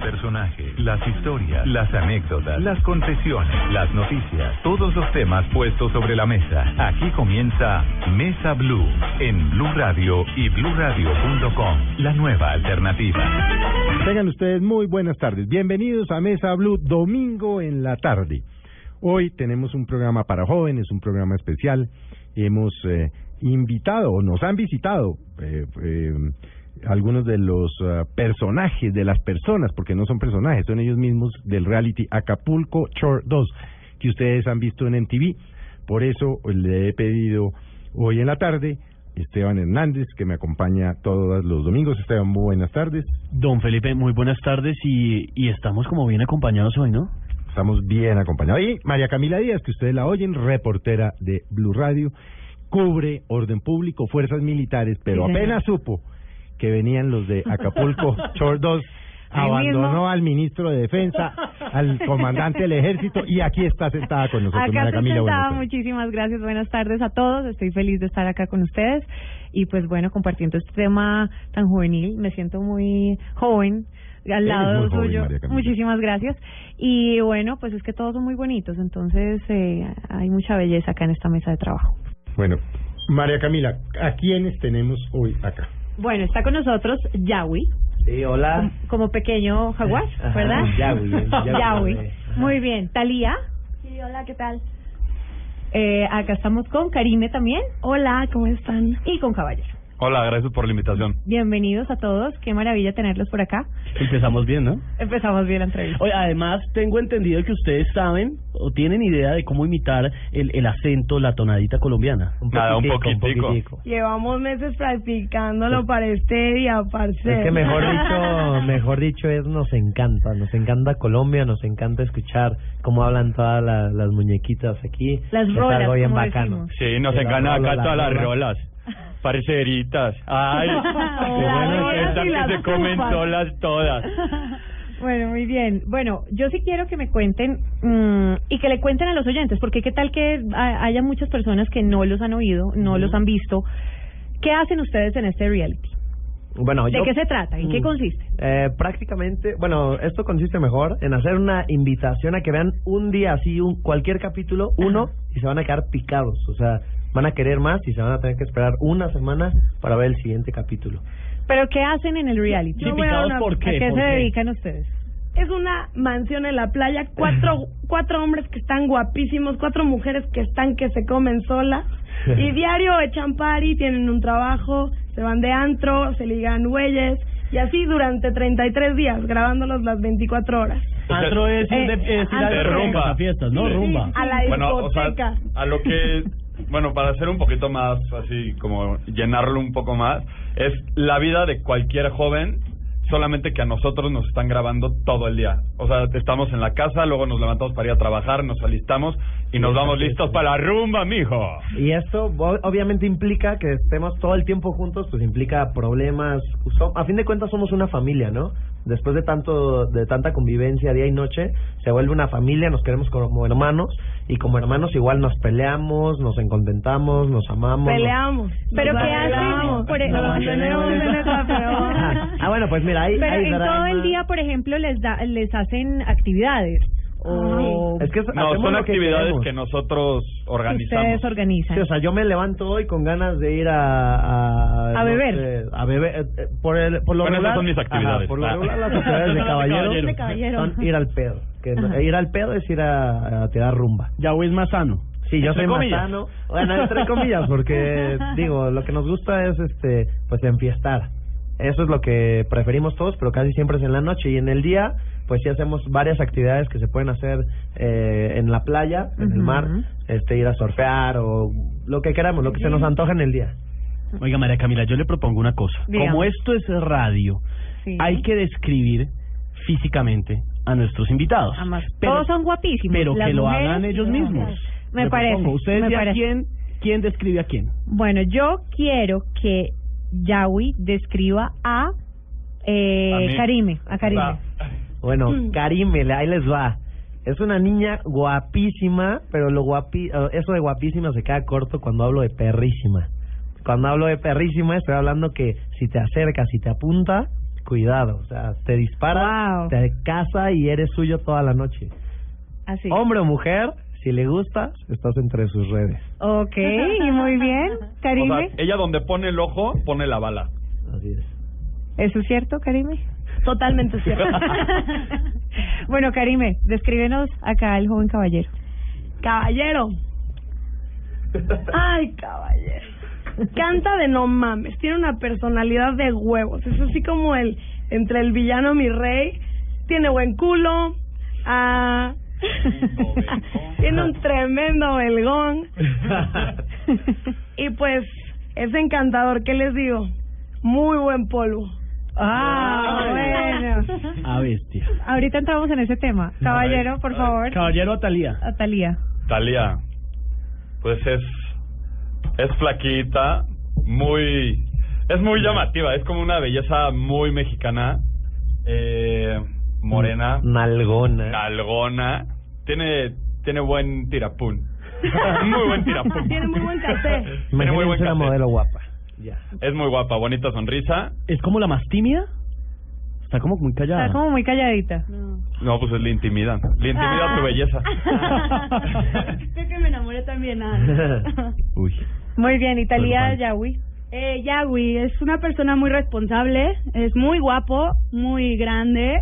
personajes, las historias, las anécdotas, las confesiones, las noticias, todos los temas puestos sobre la mesa. Aquí comienza Mesa Blue en Blue Radio y BlueRadio.com, la nueva alternativa. Tengan ustedes muy buenas tardes. Bienvenidos a Mesa Blue, domingo en la tarde. Hoy tenemos un programa para jóvenes, un programa especial. Hemos eh, invitado o nos han visitado eh, eh, algunos de los eh, personajes, de las personas, porque no son personajes, son ellos mismos del reality Acapulco Shore 2, que ustedes han visto en MTV. Por eso pues, le he pedido hoy en la tarde Esteban Hernández, que me acompaña todos los domingos. Esteban, muy buenas tardes. Don Felipe, muy buenas tardes y, y estamos como bien acompañados hoy, ¿no? Estamos bien acompañados. Y María Camila Díaz, que ustedes la oyen, reportera de Blue Radio, cubre orden público, fuerzas militares, Sí, pero señor. apenas supo que venían los de Acapulco, Shore 2, Ahí mismo. abandonó al ministro de Defensa, al comandante del ejército, y aquí está sentada con nosotros Acá María estoy Camila. buenas sentada, tardes. muchísimas gracias, buenas tardes a todos, estoy feliz de estar acá con ustedes y pues bueno, compartiendo este tema tan juvenil, me siento muy joven al Eres lado muy joven, suyo, María Camila. muchísimas gracias y bueno, pues es que todos son muy bonitos, entonces eh, hay mucha belleza acá en esta mesa de trabajo. Bueno, María Camila, ¿a quiénes tenemos hoy acá? Bueno, está con nosotros Yawi, Sí, hola. como pequeño jaguar, Ah. Ajá, ¿verdad? Yawi, Yawi. Yawi. Ajá. Muy bien, Talía. Sí, hola, ¿qué tal? Eh, acá estamos con Karime también. Hola, ¿cómo están? Y con Caballero. Hola, gracias por la invitación. Bienvenidos a todos, qué maravilla tenerlos por acá. Empezamos bien, ¿no? Empezamos bien la entrevista. Oye, además tengo entendido que ustedes saben o tienen idea de cómo imitar el, el acento, la tonadita colombiana. Nada, un poquitico. Llevamos meses practicándolo para este día, parce. Es que mejor dicho, mejor dicho es nos encanta, nos encanta Colombia, nos encanta escuchar cómo hablan todas la- las muñequitas aquí. Las Es rolas, algo bien como bacano. decimos. Sí, nos Pero engañan rola, acá la todas las rola. rolas. Parceritas. Ay, Las qué bueno rolas que están y las que se comen tumbas. solas todas. Bueno, muy bien. Bueno, yo sí quiero que me cuenten mm, y que le cuenten a los oyentes, porque qué tal que ha- haya muchas personas que no los han oído, no los han visto. ¿Qué hacen ustedes en este reality? Bueno, ¿De yo- qué se trata? ¿En qué Mm. consiste? Eh, prácticamente, bueno, esto consiste mejor en hacer una invitación a que vean un día así, un, cualquier capítulo, uno, Ajá. y se van a quedar picados. O sea, van a querer más y se van a tener que esperar una semana para ver el siguiente capítulo. ¿Pero qué hacen en el reality? Sí, picados, ¿por qué? ¿A qué ¿Por se qué? dedican ustedes? Es una mansión en la playa, cuatro, cuatro hombres que están guapísimos, cuatro mujeres que están que se comen solas. Y diario echan party, tienen un trabajo, se van de antro, se ligan güeyes. Y así durante 33 días, grabándolos las 24 horas. Antro es, Eh, de, es ir a antro. de rumba. fiestas, ¿no? Sí. Rumba. Ah, A la Bueno, o sea, discoteca. a lo que, bueno, para hacer un poquito más así, como llenarlo un poco más, es la vida de cualquier joven, solamente que a nosotros nos están grabando todo el día. O sea, estamos en la casa, luego nos levantamos para ir a trabajar, nos alistamos y nos vamos listos para la rumba, mijo. Y esto bo- obviamente implica que estemos todo el tiempo juntos, pues implica problemas. So- a fin de cuentas somos una familia, ¿no? Después de tanto de tanta convivencia día y noche, se vuelve una familia, nos queremos como hermanos y como hermanos igual nos peleamos, nos encontentamos, nos amamos. nos- Peleamos. ¿Pero nos qué hacen? arreglamos, Por e- nos No, mantenemos en nuestra peor. Ah, bueno, pues mira, ahí Pero hay en drama. todo el día, pues, por ejemplo, les da, les hacen actividades o Oh. Es que es- No, Pues, hacemos son lo que actividades queremos. que nosotros organizamos. ustedes organizan. Sí, o sea, yo me levanto hoy con ganas de ir a... A, no A beber. sé, a beber. eh, eh, por, el, por lo Bueno, esas regular... son mis actividades. ajá, por lo Ah. regular las actividades de caballeros De caballero. son ir al pedo. Que no- Ajá. ir al pedo es ir a, a tirar rumba. Ya es más sano. Sí, yo Entre soy más comillas. sano. Bueno, entre comillas, porque digo, lo que nos gusta es este pues enfiestar. Eso es lo que preferimos todos, pero casi siempre es en la noche y en el día pues sí hacemos varias actividades que se pueden hacer eh, en la playa, en el Ujú. mar, este ir a surfear o lo que queramos, lo que se nos antoja en el día. Oiga, María Camila, yo le propongo una cosa. Dígame. Como esto es radio, Sí. hay que describir físicamente a nuestros invitados. Además, Pero- todos son guapísimos. Pero las que lo mujeres hagan y ellos los mismos. hombres. Me Le parece. propongo, ¿Ustedes me ya parece. quién, quién describe a quién? Bueno, yo quiero que Yawi describa a, eh, A mí. Karime, a Karime. Va. Bueno, Mm. Karime, le- ahí les va. Es una niña guapísima, pero lo guapi eh, eso de guapísima se queda corto cuando hablo de perrísima. Cuando hablo de perrísima estoy hablando que si te acercas, si te apunta, cuidado. O sea, te dispara, Wow. te casa y eres suyo toda la noche. Así. Hombre o mujer, si le gustas, estás entre sus redes. Ok, muy bien. Karime, O sea, eh. ella donde pone el ojo, pone la bala. Así es. ¿eso es cierto, Karime? Totalmente cierto. bueno, Karime, descríbenos acá al joven caballero. caballero. Ay, caballero. Canta de no mames. Tiene una personalidad de huevos. Es así como el entre el villano mi rey. Tiene buen culo. Ah. Tremendo belgón. Tiene un tremendo belgón. Y pues es encantador, ¿qué les digo? Muy buen polvo. Ah, bueno. A bestia. Ahorita entramos en ese tema. Caballero, por Ay, favor. Caballero Atalía. Atalía. Talía, pues es es flaquita, muy es muy llamativa, es como una belleza muy mexicana, eh, morena, Mm, Nalgona. galgona, tiene tiene buen tirapún, muy buen tirapún, Tiene muy buen café. tiene muy buen Imagínense una café. modelo guapa. Ya. es muy guapa, bonita sonrisa, ¿Es como la más tímida? Está como muy callada. Está como muy calladita. no pues es le intimida, le intimida Ah. su belleza, Creo que me enamoré también. ah. Uy. Muy bien, Italia Normal. Yawi. eh, Yagui es una persona muy responsable, es muy guapo, muy grande,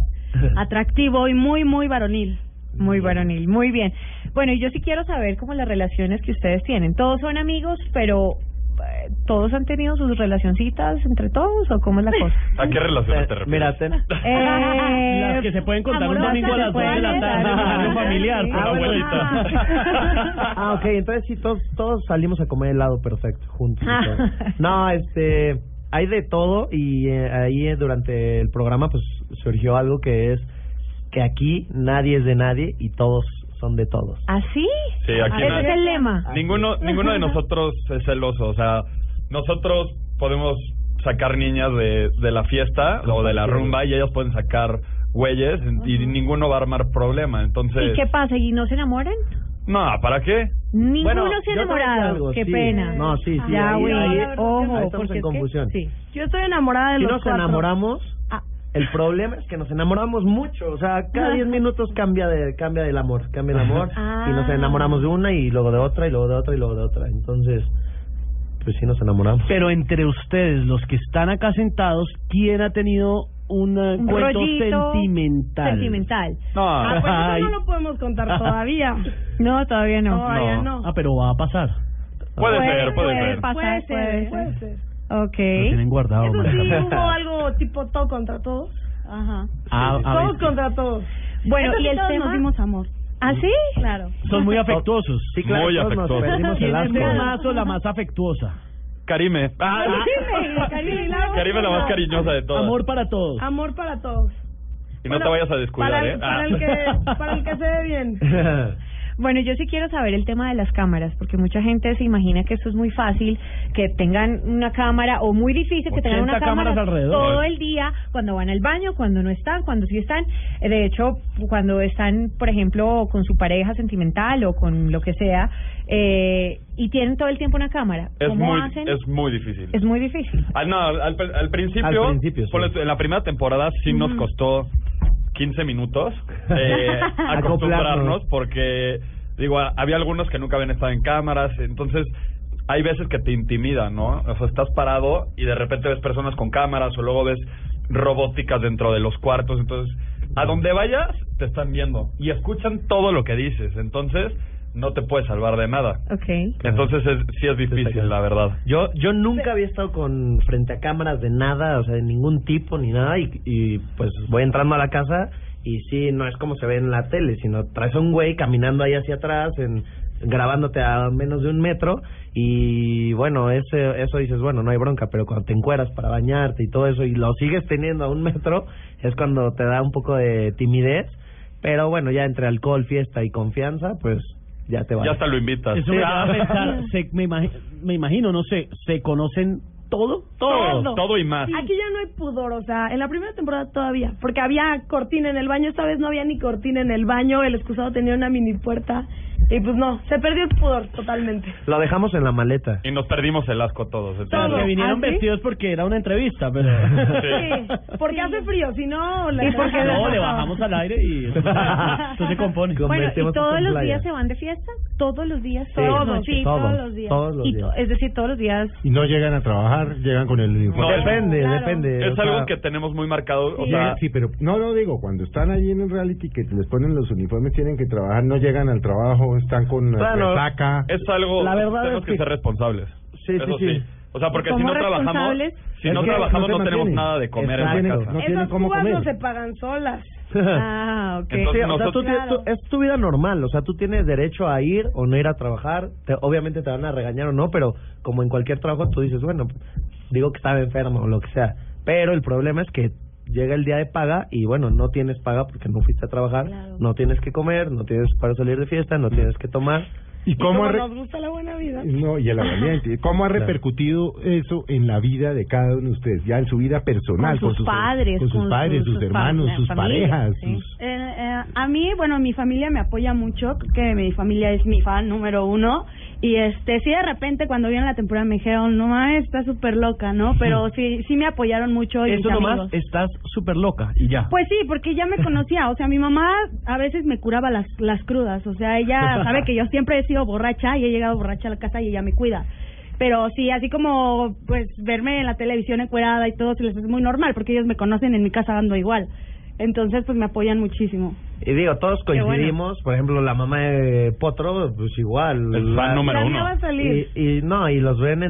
atractivo y muy, muy varonil. Muy varonil, muy bien. Bueno, y yo sí quiero saber cómo las relaciones que ustedes tienen. ¿Todos son amigos, pero eh, todos han tenido sus relacioncitas entre todos o cómo es la cosa? ¿a qué relación te Eh, refieres? Mira, ten... Eh, Las que se pueden contar un amorosas, domingo a las dos de la sexuales, tarde en un claro. reunión familiar, Sí. con la Ah, bueno. abuelita. Ah, ok, entonces sí, todos, todos salimos a comer helado perfecto, juntos. Ah. y todo. No, este, hay de todo y eh, ahí eh, durante el programa pues surgió algo que es que aquí nadie es de nadie y todos son de todos. ¿Así? Sí, aquí ¿Ah, Ese nadie- es el lema. Ninguno, ninguno de nosotros es celoso, o sea, nosotros podemos sacar niñas de, de la fiesta o de la rumba y ellas pueden sacar güeyes y ninguno va a armar problema, entonces... ¿Y qué pasa? ¿Y no se enamoran? No, ¿para qué? Ninguno Bueno, se ha yo creo que enamorado. algo, qué sí. pena. No, sí, sí, Ya, ahí- güey, ahí- ojo, ahí estamos porque en es que- confusión. sí. Yo estoy enamorada de Si los nos cuatro. enamoramos, Ah. el problema es que nos enamoramos mucho, o sea, cada 10 minutos cambia de cambia del amor, cambia el amor Ah. y nos enamoramos de una y luego de otra y luego de otra y luego de otra. Entonces, pues sí nos enamoramos. Pero entre ustedes, los que están acá sentados, ¿quién ha tenido un eh, Un cuento rollito sentimental? Sentimental. No, Ah, pues eso Ay. no lo podemos contar todavía. No, todavía no. Todavía No. no. Ah, pero va a pasar. puede, puede- ser, puede, puede ser. Ah, pasar. Puede ser, puede puede ser. Ok. Lo tienen guardado. Eso Marta. sí, hubo algo tipo todo contra todos. Ajá. Ah, a todos ver, contra todos. Bueno, Eso sí y el todos tema... nos dimos amor. ¿Ah, sí? Claro. Son muy afectuosos. Sí, claro, Muy todos nos afectuoso. perdimos el ¿Quién es la asco. más o la más afectuosa? Karime. Ah, Karime, Karime, la- Karime la más cariñosa de todas. Amor para todos. Amor para todos. y no Bueno, te vayas a descuidar, para el, ¿eh? Para Ah. el, que, para el que se ve bien. Bueno, yo sí quiero saber el tema de las cámaras, porque mucha gente se imagina que esto es muy fácil, que tengan una cámara, o muy difícil que tengan una 80 cámara cámaras alrededor. todo el día, cuando van al baño, cuando no están, cuando sí están. Eh, De hecho, cuando están, por ejemplo, con su pareja sentimental o con lo que sea, eh, y tienen todo el tiempo una cámara. Es ¿Cómo muy, hacen? es muy difícil. Es muy difícil. Ah, no, al, al- al principio, Al principio, sí. por la- en la primera temporada sí nos costó 15 minutos eh, acostumbrarnos Acoplarnos. porque, digo, a- había algunos que nunca habían estado en cámaras, entonces hay veces que te intimidan, ¿no? O sea, estás parado y de repente ves personas con cámaras o luego ves robóticas dentro de los cuartos, entonces a donde vayas te están viendo y escuchan todo lo que dices, entonces no te puedes salvar de nada. Ok. Entonces es- sí es difícil, la verdad. Yo yo nunca había estado con frente a cámaras de nada, o sea, de ningún tipo ni nada y, y pues voy entrando a la casa y sí, no es como se ve en la tele, sino traes a un güey caminando ahí hacia atrás en grabándote a menos de un metro y bueno, ese, eso dices, bueno, no hay bronca, pero cuando te encueras para bañarte y todo eso y lo sigues teniendo a un metro, es cuando te da un poco de timidez, pero bueno, ya entre alcohol, fiesta y confianza, pues ya te va. Ya hasta lo invitas. Eso me Sí. lleva a pensar, se- me, imagi- me imagino, no sé, ¿se conocen todo? Todo, todo, Todo. y más. Aquí ya no hay pudor, o sea, en la primera temporada todavía, porque había cortina en el baño, esta vez no había ni cortina en el baño, el excusado tenía una mini puerta Y pues no, se perdió el pudor totalmente. Lo dejamos en la maleta. Y nos perdimos el asco todos. entonces. Todo. Que vinieron ¿Ah, sí? vestidos porque era una entrevista, pero... Sí, porque hace frío, si no... la- Y porque- No, le bajamos al aire y eso, eso se compone. Bueno, ¿y Convertimos esto todos en los playa. días se van de fiesta? ¿Todos los días? Sí. todas las Todos, noches? sí, Todo, todos los días. Todos los Y días. to- es decir, todos los días. Y no llegan a trabajar, llegan con el No, uniforme. depende, claro. depende. Es o sea, algo que tenemos muy marcado. O Sí, sea, sí, pero no lo digo, cuando están allí en el reality que les ponen los uniformes, tienen que trabajar, no llegan al trabajo, están con eh, Claro. resaca. es algo. La verdad tenemos es que, que- ser responsables. Sí, sí, Eso sí. O sea, porque si Somos no trabajamos, responsables. si Es no que trabajamos se no, tenemos mantienen. nada de comer en la Exacto. casa. No tienen Esas cómo cubas comer. no se pagan solas. Ah, ok. Entonces, Sí, o sea, nosotros- tú tienes- tú- es tu vida normal, o sea, tú tienes derecho a ir o no ir a trabajar, te- obviamente te van a regañar o no, pero como en cualquier trabajo tú dices, bueno, digo que estaba enfermo o lo que sea, pero el problema es que llega el día de paga y bueno, no tienes paga porque no fuiste a trabajar, Claro. no tienes que comer, no tienes para salir de fiesta, no tienes que tomar. ¿Y cómo, Como ha re- nos gusta la buena vida. no, y el aguardiente, ¿Cómo ha Claro. repercutido eso en la vida de cada uno de ustedes? Ya en su vida personal, Con sus padres, con sus con padres, sus- sus, sus hermanos, fam- sus familias, parejas, sí. sus- Eh, eh, a mí, bueno, mi familia me apoya mucho, creo que mi familia es mi fan número uno. Y este, sí, de repente cuando vieron la temporada me dijeron, no mames, está súper loca, ¿no? Pero sí, sí me apoyaron mucho. Y mis Eso nomás amigos. estás súper loca y ya. Pues sí, porque ya me conocía, o sea, mi mamá a veces me curaba las, las crudas, o sea, ella sabe que yo siempre he sido borracha y he llegado borracha a la casa y ella me cuida. Pero sí, así como pues verme en la televisión encuerada y todo, se les es muy normal porque ellos me conocen en mi casa dando igual. Entonces, pues me apoyan muchísimo. Y digo, todos bueno. coincidimos, por ejemplo, la mamá de Potro, pues igual. Es fan la- número La uno. mía va a salir. Y, y no, y los ven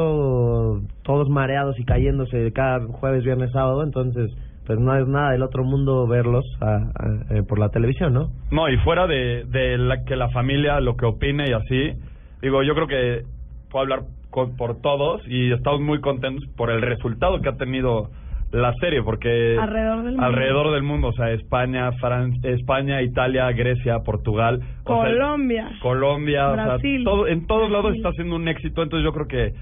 entrando todos mareados y cayéndose cada jueves, viernes, sábado, entonces pues no es nada del otro mundo verlos a- a- eh, por la televisión, ¿no? No, y fuera de, de la, que la familia lo que opine y así, digo, yo creo que puedo hablar co- por todos y estamos muy contentos por el resultado que ha tenido la serie, porque Alrededor del mundo. alrededor del mundo, o sea, España, Fran- España, Italia, Grecia, Portugal, o sea, Colombia. Colombia, o sea, Brasil. todo- en todos lados Brasil. está haciendo un éxito, entonces yo creo que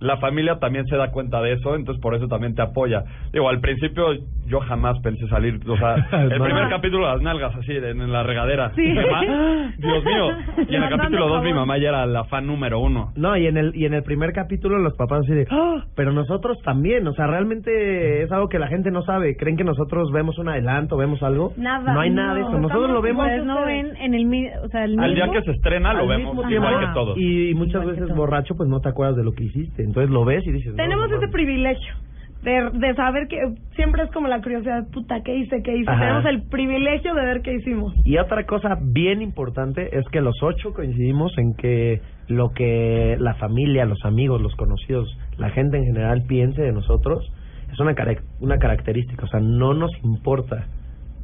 la familia también se da cuenta de eso, entonces por eso también te apoya. Digo, al principio yo jamás pensé salir, o sea, el No. primer capítulo las nalgas así en, en la regadera. Sí. Mi mamá, Dios mío. Y en el Levantando capítulo 2 mi jabón. mamá ya era la fan número uno. No, y en el y en el primer capítulo los papás así de, "Ah, pero nosotros también, o sea, realmente es algo que la gente no sabe, creen que nosotros vemos un adelanto, vemos algo. Nada, No hay nada de eso, no, nosotros lo vemos estamos Ustedes Pues no ven en el, mi- o sea, el mismo... Al día que se estrena lo al vemos mismo igual tiempo. que todos. Y, y muchas Igual que veces todos. borracho pues no te acuerdas de lo que hiciste, entonces lo ves y dices, "No, Tenemos no ese mames". privilegio de, de saber que siempre es como la curiosidad, puta, ¿qué hice? ¿Qué hice? Ajá. Tenemos el privilegio de ver qué hicimos. Y otra cosa bien importante es que los ocho coincidimos en que lo que la familia, los amigos, los conocidos, la gente en general piense de nosotros es una, carac- una característica, o sea, no nos importa.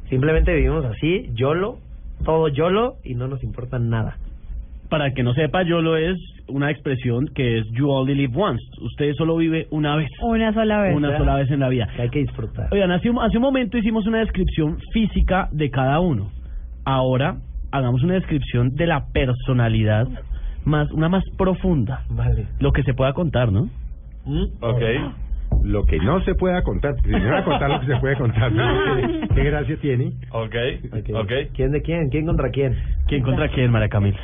Simplemente vivimos así, YOLO, todo YOLO y no nos importa nada. Para el que no sepa, YOLO es una expresión que es You only live once. Usted solo vive una vez. Una sola vez. Una sola vez en la vida. Que hay que disfrutar. Oigan, hace un, hace un momento hicimos una descripción física de cada uno. Ahora hagamos una descripción de la personalidad, más una más profunda. Vale. Lo que se pueda contar, ¿no? ¿Mm? Ok. lo que no se pueda contar, porque si no va a contar lo que se puede contar, ¿no? ¿Qué gracia tiene? Ok. Ok. Ok. ¿Quién de quién? ¿Quién contra quién? ¿Quién contra quién, María Camila?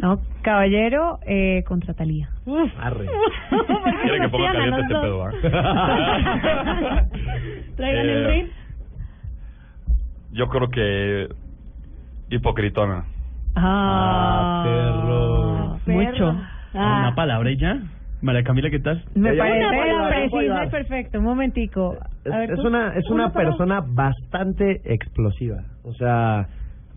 No, caballero eh, contra Talía. Arre. Quiere pues que ponga caliente este pedo, ¿va? Traigan el Eh, ring. Yo creo que hipocritona. Ah, Ah, perro. Mucho. Perro. Ah, Una palabra y ya. María Camila, ¿qué tal? me Te llevo parece una palabra, voy a preciso dar. y perfecto. Un momentico. Es, A ver, es tú. una es una palabra. persona bastante explosiva, o sea,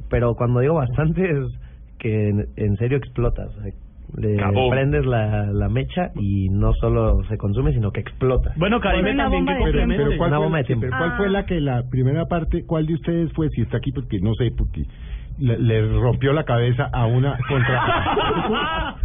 pero cuando digo bastante es que en, en serio explotas, o sea, le Cabo. Eh, prendes la, la mecha y no solo se consume, sino que explota. Bueno, Karime Una también bomba que de Pero, complemente. pero ¿cuál, Una fue, bomba de sí, tiempo. pero ¿cuál fue la que la primera parte, cuál de ustedes fue, si está aquí, porque no sé, porque le, le rompió la cabeza a una contra...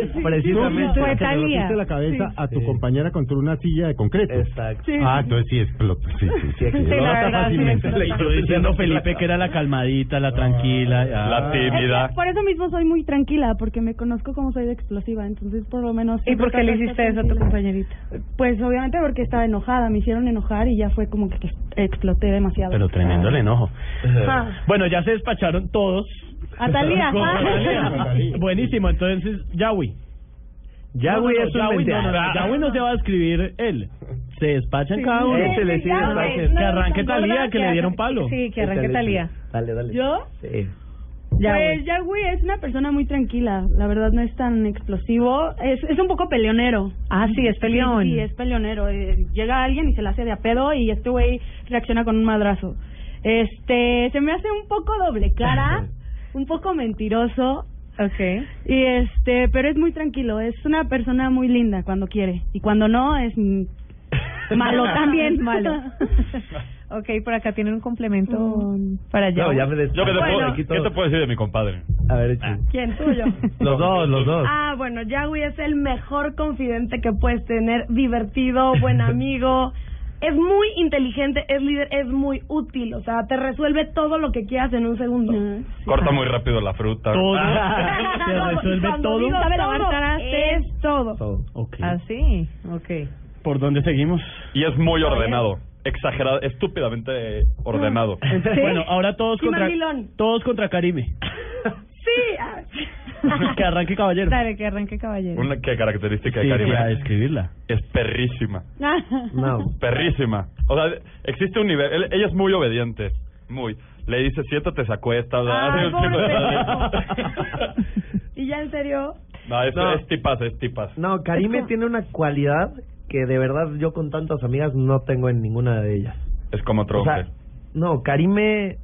Precisamente. Fue la que- Le Pues, Talía. rompiste la cabeza a tu Sí. compañera contra una silla de concreto. Exacto. Ah, entonces sí explota. Sí, sí, Sí, sí. explota la verdad, sí me fácilmente. explota. Yo diciendo Felipe que era la calmadita, la tranquila. ah. ya. Ah, La tímida. Por eso mismo soy muy tranquila, porque me conozco como soy de explosiva, entonces por lo menos... ¿Y por qué le siempre hiciste eso a tu tranquila. compañerita? Pues obviamente porque estaba enojada, me hicieron enojar y ya fue como que ex- exploté demasiado. Pero tremendo el enojo. Eh, Bueno, ya se despacharon todos Atalía. Como Ah. Rosalía. Buenísimo, entonces, Yahweh. Yahweh No, no, es un Yahweh, no, mensaje. no, no, Yahweh no se va a escribir él. Se despachan cada uno. Ese le sigue Ya, Sánchez. güey, no, Que arranque son Thalía, gordas que le dieron palo. Sí, que arranque Talía. Dale, dale. ¿Yo? Sí. Ya, Pues güey. Yahweh es una persona muy tranquila, la verdad no es tan explosivo, es, es un poco peleonero. Ah, sí, es peleón. Sí, sí, es peleonero. eh, llega alguien y se la hace de a pedo y este güey reacciona con un madrazo. Este, se me hace un poco doble cara, un poco mentiroso Ok. y este, pero es muy tranquilo, es una persona muy linda cuando quiere y cuando no es mm, malo también, malo. ok, por acá tienen un complemento Oh, Mm. para allá. No, ya me des- Yo que te Bueno. puedo, ¿Qué te puedo decir de mi compadre? A ver, Echi. ¿Quién tuyo? Los dos, los dos. Ah, bueno, Yahweh es el mejor confidente que puedes tener, divertido, buen amigo. Es muy inteligente, es líder, es muy útil, o sea, te resuelve todo lo que quieras en un segundo. Corta muy rápido la fruta. Todo. Ah. Se resuelve Cuando todo. digo Sabe lavar todo, trastes. es todo. Todo. Ok. Ah, sí, ok. ¿Por dónde seguimos? Y es muy ordenado. Exagerado, estúpidamente ordenado. Ah. Bueno, ahora todos Sí, contra, mandilón. todos contra Karime. Sí. ah. que arranque caballero. Dale, que arranque caballero. Una que característica Sí, de sí, a ah, Karime describirla. es perrísima. No. Perrísima. O sea, existe un nivel. él- ella es muy obediente. Muy. Le dice, siéntate, se acuesta. hace un chingo de pobre madre. y ya en serio, No, es, No. es tipas, es tipas. No, Karime tiene una cualidad que de verdad yo con tantas amigas no tengo en ninguna de ellas. Es como otro O sea, hombre. no, Karime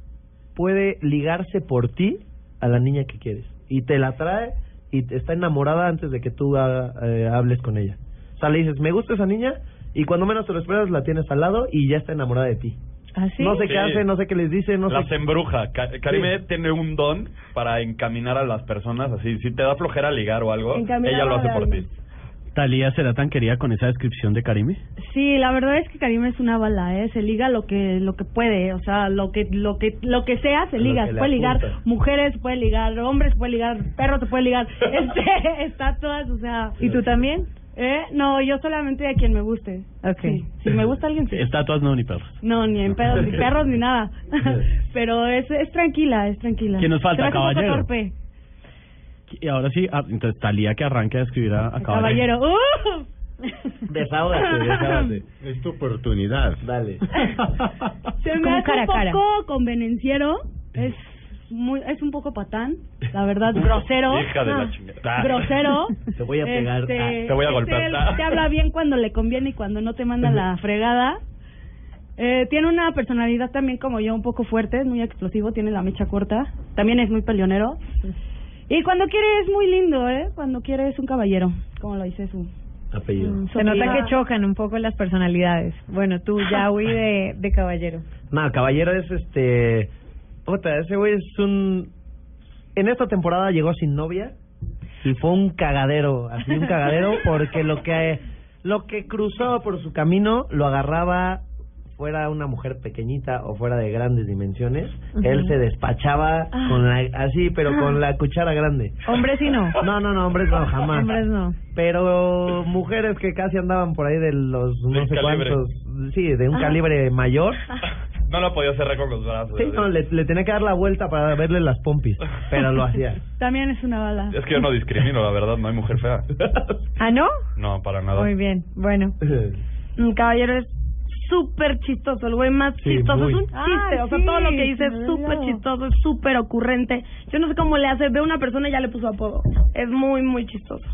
puede ligarse por ti a la niña que quieres. Y te la trae y te- está enamorada antes de que tú ha- eh, hables con ella. O sea, le dices, me gusta esa niña y cuando menos te lo esperas la tienes al lado y ya está enamorada de ti. ¿Ah, sí? No sé Sí. qué hace, no sé qué les dice, no las sé... embruja. Ka- Karime tiene un don para encaminar a las personas así. Si te da flojera ligar o algo, Encaminar ella lo a hace la- por ti. ¿Talía será tan querida con esa descripción de Karime? Sí, la verdad es que Karim es una bala, ¿eh? Se liga lo que lo que puede, o sea, lo que lo que lo que sea se Lo liga. que Se le puede ligar apunta. mujeres, se puede ligar hombres, se puede ligar perros, se puede ligar este, estatuas, o sea. ¿Y tú también? ¿Eh? No, yo solamente a quien me guste. Ok. Sí, Si me gusta alguien, sí. Estatuas no, ni perros. No, ni en pedos, ni perros, ni nada. Pero es, es tranquila, es tranquila. ¿Qué nos Se falta, me hace un poco caballero? torpe. Y ahora sí, ah, entonces Talía que arranque a escribir a, a Ah, caballero. Caballero. ¡Uh! Desahógate, desahógate. Es tu oportunidad. Dale. Se me Como hace cara a un cara. poco convenenciero, es muy es un poco patán, la verdad, grosero. Hija de la chingada. Grosero. Te voy a pegar. Este, Te voy a es golpear. el Ah. que Te habla bien cuando le conviene y cuando no te manda la fregada. Eh, tiene una personalidad también como yo, un poco fuerte, es muy explosivo, tiene la mecha corta, también es muy peleonero. Y cuando quiere es muy lindo, ¿eh? Cuando quiere es un caballero, como lo dice su... Apellido. Se nota Sofía. que chocan un poco las personalidades. Bueno, tú, Yahweh de, de caballero. No, Caballero es este. Puta, ese güey es un. En esta temporada llegó sin novia y fue un cagadero, así un cagadero, porque lo que lo que cruzaba por su camino lo agarraba fuera una mujer pequeñita o fuera de grandes dimensiones, él se despachaba con la así, pero con la cuchara grande. Ah. Hombres y no. No, no, no, hombres no, jamás. Hombres no. Pero mujeres que casi andaban por ahí de los no Del sé calibre. cuántos, sí, de un Ah. calibre mayor. No la podía cerrar con los brazos. Sí, no, le, le tenía que dar la vuelta para verle las pompis, pero lo hacía. También es una bala. Es que yo no discrimino, la verdad, no hay mujer fea. ¿Ah, no? No, para Ah. nada. Muy bien. Bueno, Mm, Caballero es súper chistoso, el güey más Sí, chistoso. muy. Es un chiste, Ah, o sea, sí, todo lo que se dice me es súper olvidó. chistoso, es súper ocurrente. Yo no sé cómo le hace, ve a una persona y ya le puso apodo. Es muy, muy chistoso.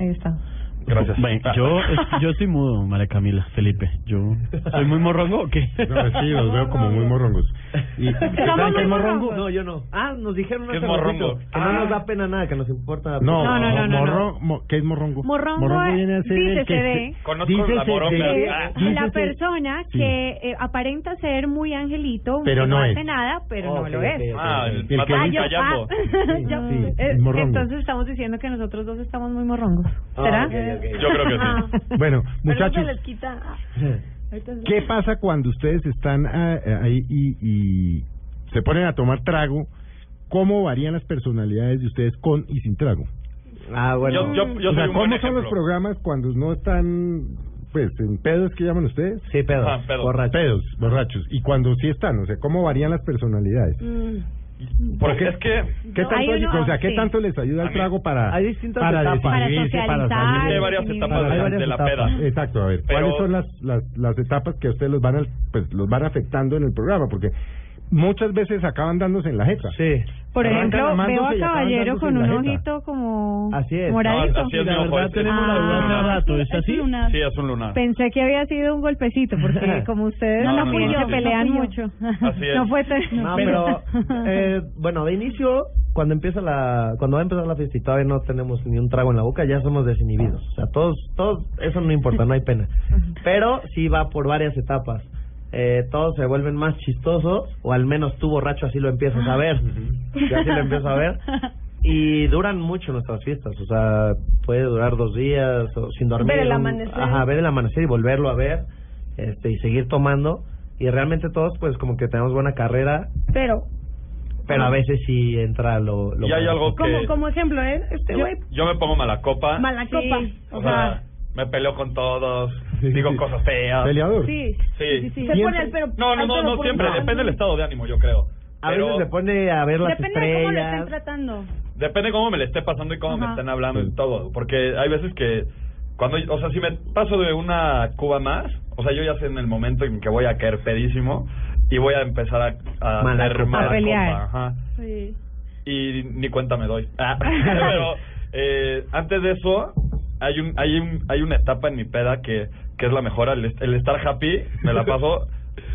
ahí está. Gracias. Bueno, yo, es- yo estoy mudo, María Camila, Felipe. Yo soy muy morrongo o qué? No, pues sí, los veo como muy morrongos. Y, ¿Saben qué muy es morrongo? morrongos. No, yo no. Ah, nos dijeron ¿Qué es hace ratito morrongo? Ah, que no nos da pena nada, que nos importa. No, No, no, no, no, no. ah. morro- mo- ¿Qué es morrongo? Morrongo viene a ser el dícese que de- se- Conozco la dícese moronga. de- Ah. dícese- Eh, La persona sí. que eh, aparenta ser muy angelito, Pero que no es. hace nada, pero Oh, no lo ok, es. ok, ok. Ah, el, El que- patán Ah, yo- callando. Sí, Yo- sí, eh, el morrongo. entonces estamos diciendo que nosotros dos estamos muy morrongos. Ah, ¿Será? Ah. ok, ok. Yo creo que sí. Pero Bueno, eso muchachos, se les quita. ah, ¿qué pasa cuando ustedes están ah, eh, ahí y, y se ponen a tomar trago? ¿Cómo varían las personalidades de ustedes con y sin trago? Ah, bueno. Yo, yo, yo o sea, soy un buen ¿cómo son los ejemplo. programas cuando no están, pues, en pedos que llaman ustedes? Sí, pedo. Ah, pedo. Borracho. Pedos, borrachos. Y cuando sí están, o sea, ¿cómo varían las personalidades? Porque es que ¿Qué tanto, Hay uno- o sea, ¿qué sí. tanto les ayuda A el mí- trago para, Hay distintas para etapas. Para definirse, para socializar. hay salir? varias sí, etapas Hay de la, varias de la etapas. peda. Exacto, a ver, Pero- ¿cuáles son las, las, las etapas que a ustedes los van, al- pues, los van afectando en el programa? Porque muchas veces acaban dándose en la jeta. Sí. Por Arrancan ejemplo, amándose veo y a acaban Caballero dándose con en la un jeta. ojito como Así es. moradito. No, así es La mi ojo, verdad este. es- tenemos la duda hace rato, Ah, ¿es así? Una- Sí, es un lunar. Pensé que había sido un golpecito, porque como ustedes No, no, también no, no, se no. pelean No fui yo. mucho. Así es. No fue tan- No, pero eh, bueno, de inicio, cuando empieza la, cuando va a empezar la fiesta y todavía no tenemos ni un trago en la boca, ya somos desinhibidos. O sea, todos, todos, eso no importa, no hay pena. Pero sí va por varias etapas. Eh, todos se vuelven más chistosos, o al menos tú borracho así lo empiezas Ah. a ver. Yo así lo empiezo a ver. Y duran mucho nuestras fiestas, o sea, puede durar dos días o sin dormir. Ver el un- amanecer. Ajá, ver el amanecer y volverlo a ver este, y seguir tomando. Y realmente todos, pues como que tenemos buena carrera, Pero, pero a veces sí entra lo... lo Y hay malo. algo que... como, como ejemplo, ¿eh? Este yo, güey, yo me pongo mala copa. mala Sí. copa. o sea, me peleo con todos, digo cosas feas. Peleador. Sí. Sí. Sí, sí, Se sí. pone el pero. No, no, al no, pelo no por siempre. una- Depende del estado de ánimo, yo creo. A Pero veces se pone a ver las Depende de cómo lo estén estrellas. tratando. Depende cómo me le esté pasando y cómo me Ajá. estén hablando y todo. Porque hay veces que, cuando, o sea, si me paso de una cuba más, o sea, yo ya sé en el momento en que voy a caer pedísimo y voy a empezar a, a Mala hacer copa. mala A pelear. copa, ajá. Sí. Y ni cuenta me doy. Ah, pero eh, antes de eso, hay un, hay un, hay una etapa en mi peda que, que es la mejor. El, est- el estar happy, me la paso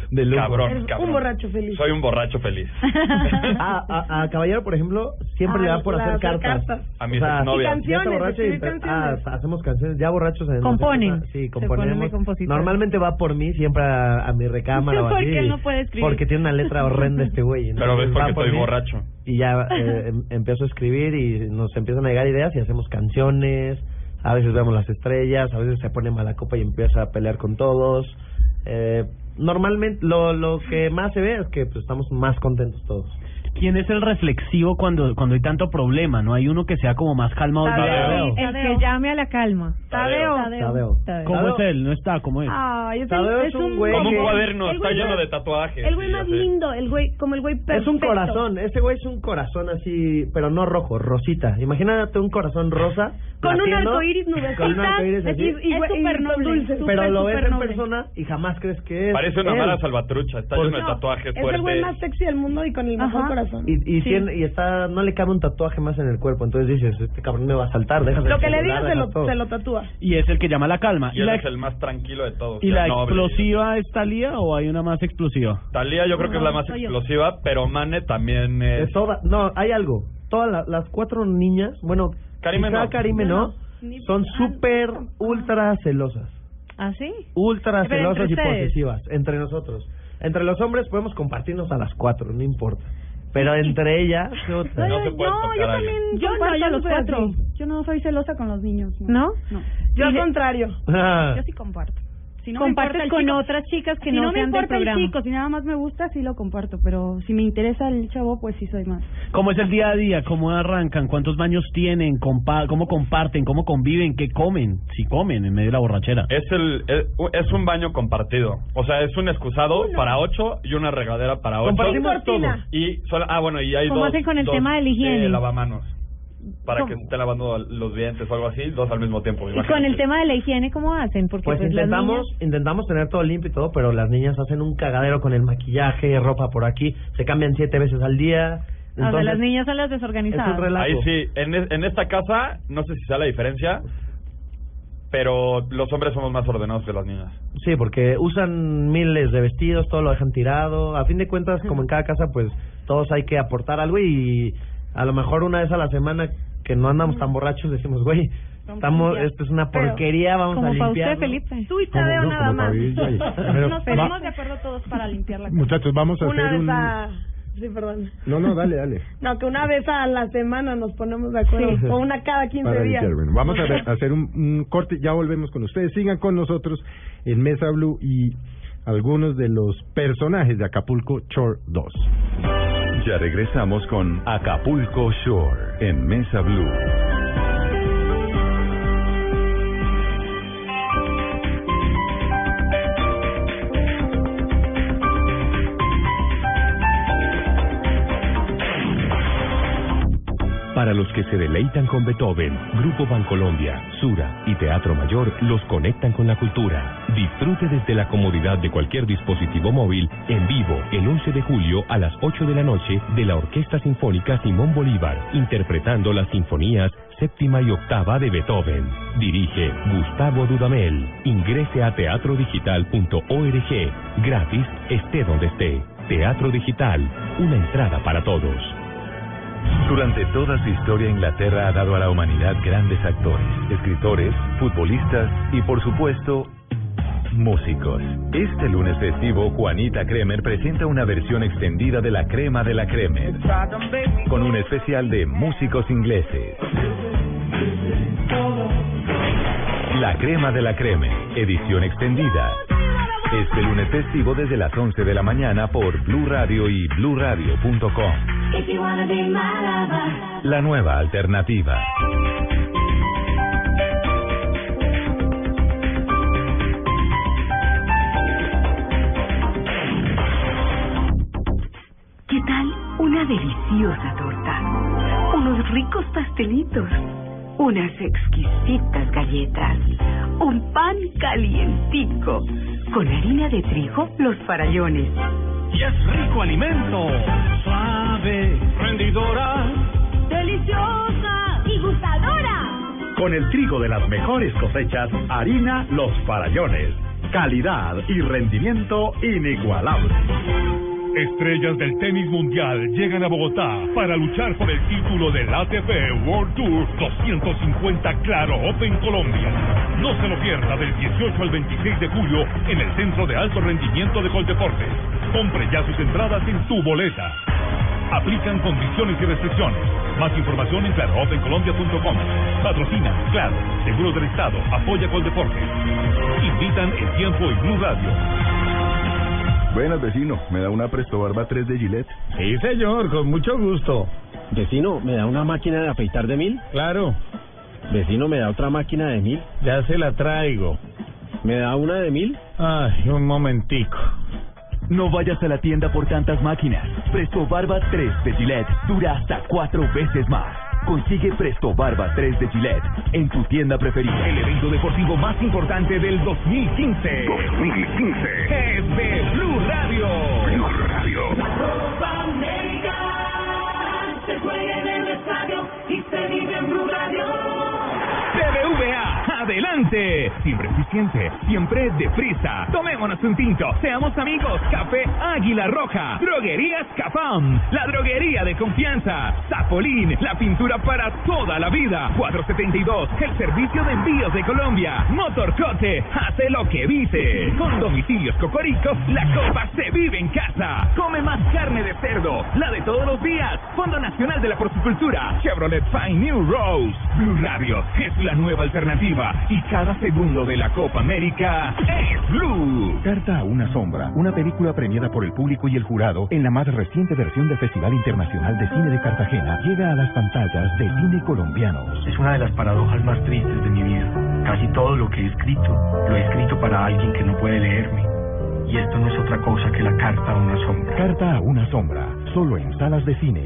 De lujo. cabrón, Eres un cabrón. borracho feliz. Soy un borracho feliz. A, a, a Caballero, por ejemplo, siempre Ah, le da por la- hacer hacer cartas. cartas. A mi O sea, exnovia. Y Ya está canciones, borracho y- escribir canciones. ah, hacemos canciones, ya borrachos. en- Componen. Sí, Se ponen de componemos. compositor. Normalmente va por mí, siempre a, a mi recámara o así. Porque él no puede escribir. Porque tiene una letra horrenda este güey. Pero entonces ves va porque por estoy mí borracho. Y ya eh, em- empiezo a escribir y nos empiezan a llegar ideas y hacemos canciones. A veces vemos las estrellas, a veces se pone mala copa y empieza a pelear con todos. Eh, normalmente lo, lo que más se ve es que pues, estamos más contentos todos. ¿Quién es el reflexivo cuando, cuando hay tanto problema? ¿No hay uno que sea como más calmado? Tadeo. El que llame a la calma. Tadeo. Tadeo. Tadeo. ¿Cómo Tadeo. es él? No está, ¿cómo es? Ah. Ay, es, Tadeo el, es es un un güey Como un que- cuaderno, el está güey lleno más- de tatuajes. El güey sí, ya más sé. lindo, el güey, como el güey perfecto. Es un corazón, ese güey es un corazón así, pero no rojo, rosita. Imagínate un corazón rosa. Con un latiendo, arcoíris nubecita. Con un arcoíris Es- así. y- y- Es y- súper y- noble, dulce. súper, pero lo súper ves en noble. persona y jamás crees que es. Parece una él. mala salvatrucha, está ¿Por lleno de qué? tatuajes Es el güey fuertes. más sexy del mundo y con el mejor Ajá. corazón. Y, y, tiene- y está, no le cabe un tatuaje más en el cuerpo. Entonces dices, este cabrón me va a saltar, déjame. Lo que le digas se lo, se lo tatúa. Y es el que llama la calma. Y ¿Y él la, es el más tranquilo de todos. y el la noble. explosiva es Talía o hay una más explosiva? Talía yo creo que es la más soy yo. explosiva, pero Mane también es... De toda- no, hay algo. Todas la- las cuatro niñas, bueno, Karime quizá no. Karime no, Ni- son ah, súper, ultra celosas. ¿Ah, sí? ultra Pero entre celosas y ustedes. posesivas entre nosotros. Entre los hombres podemos compartirnos a las cuatro, no importa. Pero entre ellas, puta. No se puede no, tocar yo a alguien. también. Yo no, comparto yo a los los cuatro. cuatro. Yo no soy celosa con los niños. ¿No? No. Yo Y al le- contrario. Ah, Yo sí comparto. Si no me importa Compartes el con chico- otras chicas que si no, no, me sean del importa el programa. chico, si nada más me gusta, sí lo comparto. Pero si me interesa el chavo, pues sí soy más. ¿Cómo es el día a día? ¿Cómo arrancan? ¿Cuántos baños tienen? Compa- ¿Cómo comparten? ¿Cómo conviven? ¿Qué comen? Si comen en medio de la borrachera. Es, el, es, es un baño compartido. O sea, es un excusado para ocho y una regadera para ocho. Compartimos todo. Y sola- ah, bueno, y hay ¿Cómo dos, hacen con el dos, tema de la higiene? eh, lavamanos. Para ¿Cómo? que esté lavando los dientes o algo así, dos al mismo tiempo. Y imagínate. con el tema de la higiene, ¿cómo hacen? Porque pues pues, las intentamos, niñas- intentamos tener todo limpio y todo, pero las niñas hacen un cagadero con el maquillaje, ropa por aquí, se cambian siete veces al día. o sea, Entonces, las niñas son las es un desorganizadas. relajo. Ahí sí, en, es- en esta casa, no sé si sea la diferencia, pero los hombres somos más ordenados que las niñas. Sí, porque usan miles de vestidos, todo lo dejan tirado. A fin de cuentas, como en cada casa, pues todos hay que aportar algo y a lo mejor una vez a la semana que no andamos tan borrachos decimos, güey, estamos, esto es una Pero, porquería, vamos a como para limpiar. usted, Felipe. Tú y Como- Tadeo no, nada como más. para vivir ahí. Pero Nos va- ponemos de acuerdo todos para limpiar la casa. Muchachos, vamos a Una hacer vez un... a... Sí, perdón. No, no, dale, dale. No, que una vez a la semana nos ponemos de acuerdo. O una cada 15 Para días. iniciar, bueno, vamos a, ver- a hacer un, un corte, ya volvemos con ustedes. Sigan con nosotros en Mesa Blue y algunos de los personajes de Acapulco Shore 2. Ya regresamos con Acapulco Shore en Mesa Blue. Para los que se deleitan con Beethoven, Grupo Bancolombia, Sura y Teatro Mayor los conectan con la cultura. Disfrute desde la comodidad de cualquier dispositivo móvil en vivo el 11 de julio a las 8 de la noche de la Orquesta Sinfónica Simón Bolívar, interpretando las sinfonías séptima y octava de Beethoven. Dirige Gustavo Dudamel. Ingrese a teatrodigital.org. Gratis, esté donde esté. Teatro Digital, una entrada para todos. Durante toda su historia, Inglaterra ha dado a la humanidad grandes actores, escritores, futbolistas y, por supuesto, músicos. Este lunes festivo, Juanita Kremer presenta una versión extendida de La Crema de la Kremer, con un especial de músicos ingleses. La Crema de la Kremer, edición extendida. Este lunes festivo desde las 11 de la mañana por Blue Radio y bluradio.com. La nueva alternativa. ¿Qué tal una deliciosa torta? Unos ricos pastelitos. Unas exquisitas galletas. Un pan calientico. Con harina de trigo, los farallones. Y es rico alimento. Suave, rendidora. Deliciosa y gustadora. Con el trigo de las mejores cosechas, harina Los Farallones. Calidad y rendimiento inigualable. Estrellas del tenis mundial llegan a Bogotá para luchar por el título del ATP World Tour 250 Claro Open Colombia. No se lo pierda del 18 al 26 de julio en el Centro de Alto Rendimiento de Coldeportes. Compre ya sus entradas en tu boleta. Aplican condiciones y restricciones. Más información en claroopencolombia.com. Patrocina, claro, Seguros del Estado, apoya Coldeportes. Invitan el tiempo y Blue Radio. Buenas, vecino. ¿Me da una Presto Barba 3 de Gillette? Sí, señor, con mucho gusto. Vecino, ¿me da una máquina de afeitar de mil? Claro, Vecino, ¿me da otra máquina de mil? ya se la traigo. ¿Me da una de mil? Ay, un momentico. No vayas a la tienda por tantas máquinas. Presto Barba 3 de Gillette dura hasta cuatro veces más. Consigue Presto Barba 3 de Gillette en tu tienda preferida. El evento deportivo más importante del 2015. 2015. Es de Blue Radio. Blue Radio. Copa América se juega en el estadio y se vive en Blue Radio. BBVA, adelante. Siempre eficiente, siempre deprisa. Tomémonos un tinto, seamos amigos. Café Águila Roja, Droguerías Capam, la droguería de confianza. Zapolín, la pintura para toda la vida. 472, el servicio de envíos de Colombia. Motorcote, hace lo que dice. Con domicilios Cocorico, la copa se vive en casa. Come más carne de cerdo, la de todos los días. Fondo Nacional de la Porcicultura, Chevrolet Fine New Rose. Blue Radio es la nueva alternativa y cada segundo de la Copa América es Blue. Carta a una sombra, una película premiada por el público y el jurado en la más reciente versión del Festival Internacional de Cine de Cartagena, llega a las pantallas de cine colombianos. Es una de las paradojas más tristes de mi vida. Casi todo lo que he escrito, lo he escrito para alguien que no puede leerme. Y esto no es otra cosa que la carta a una sombra. Carta a una sombra, solo en salas de cine.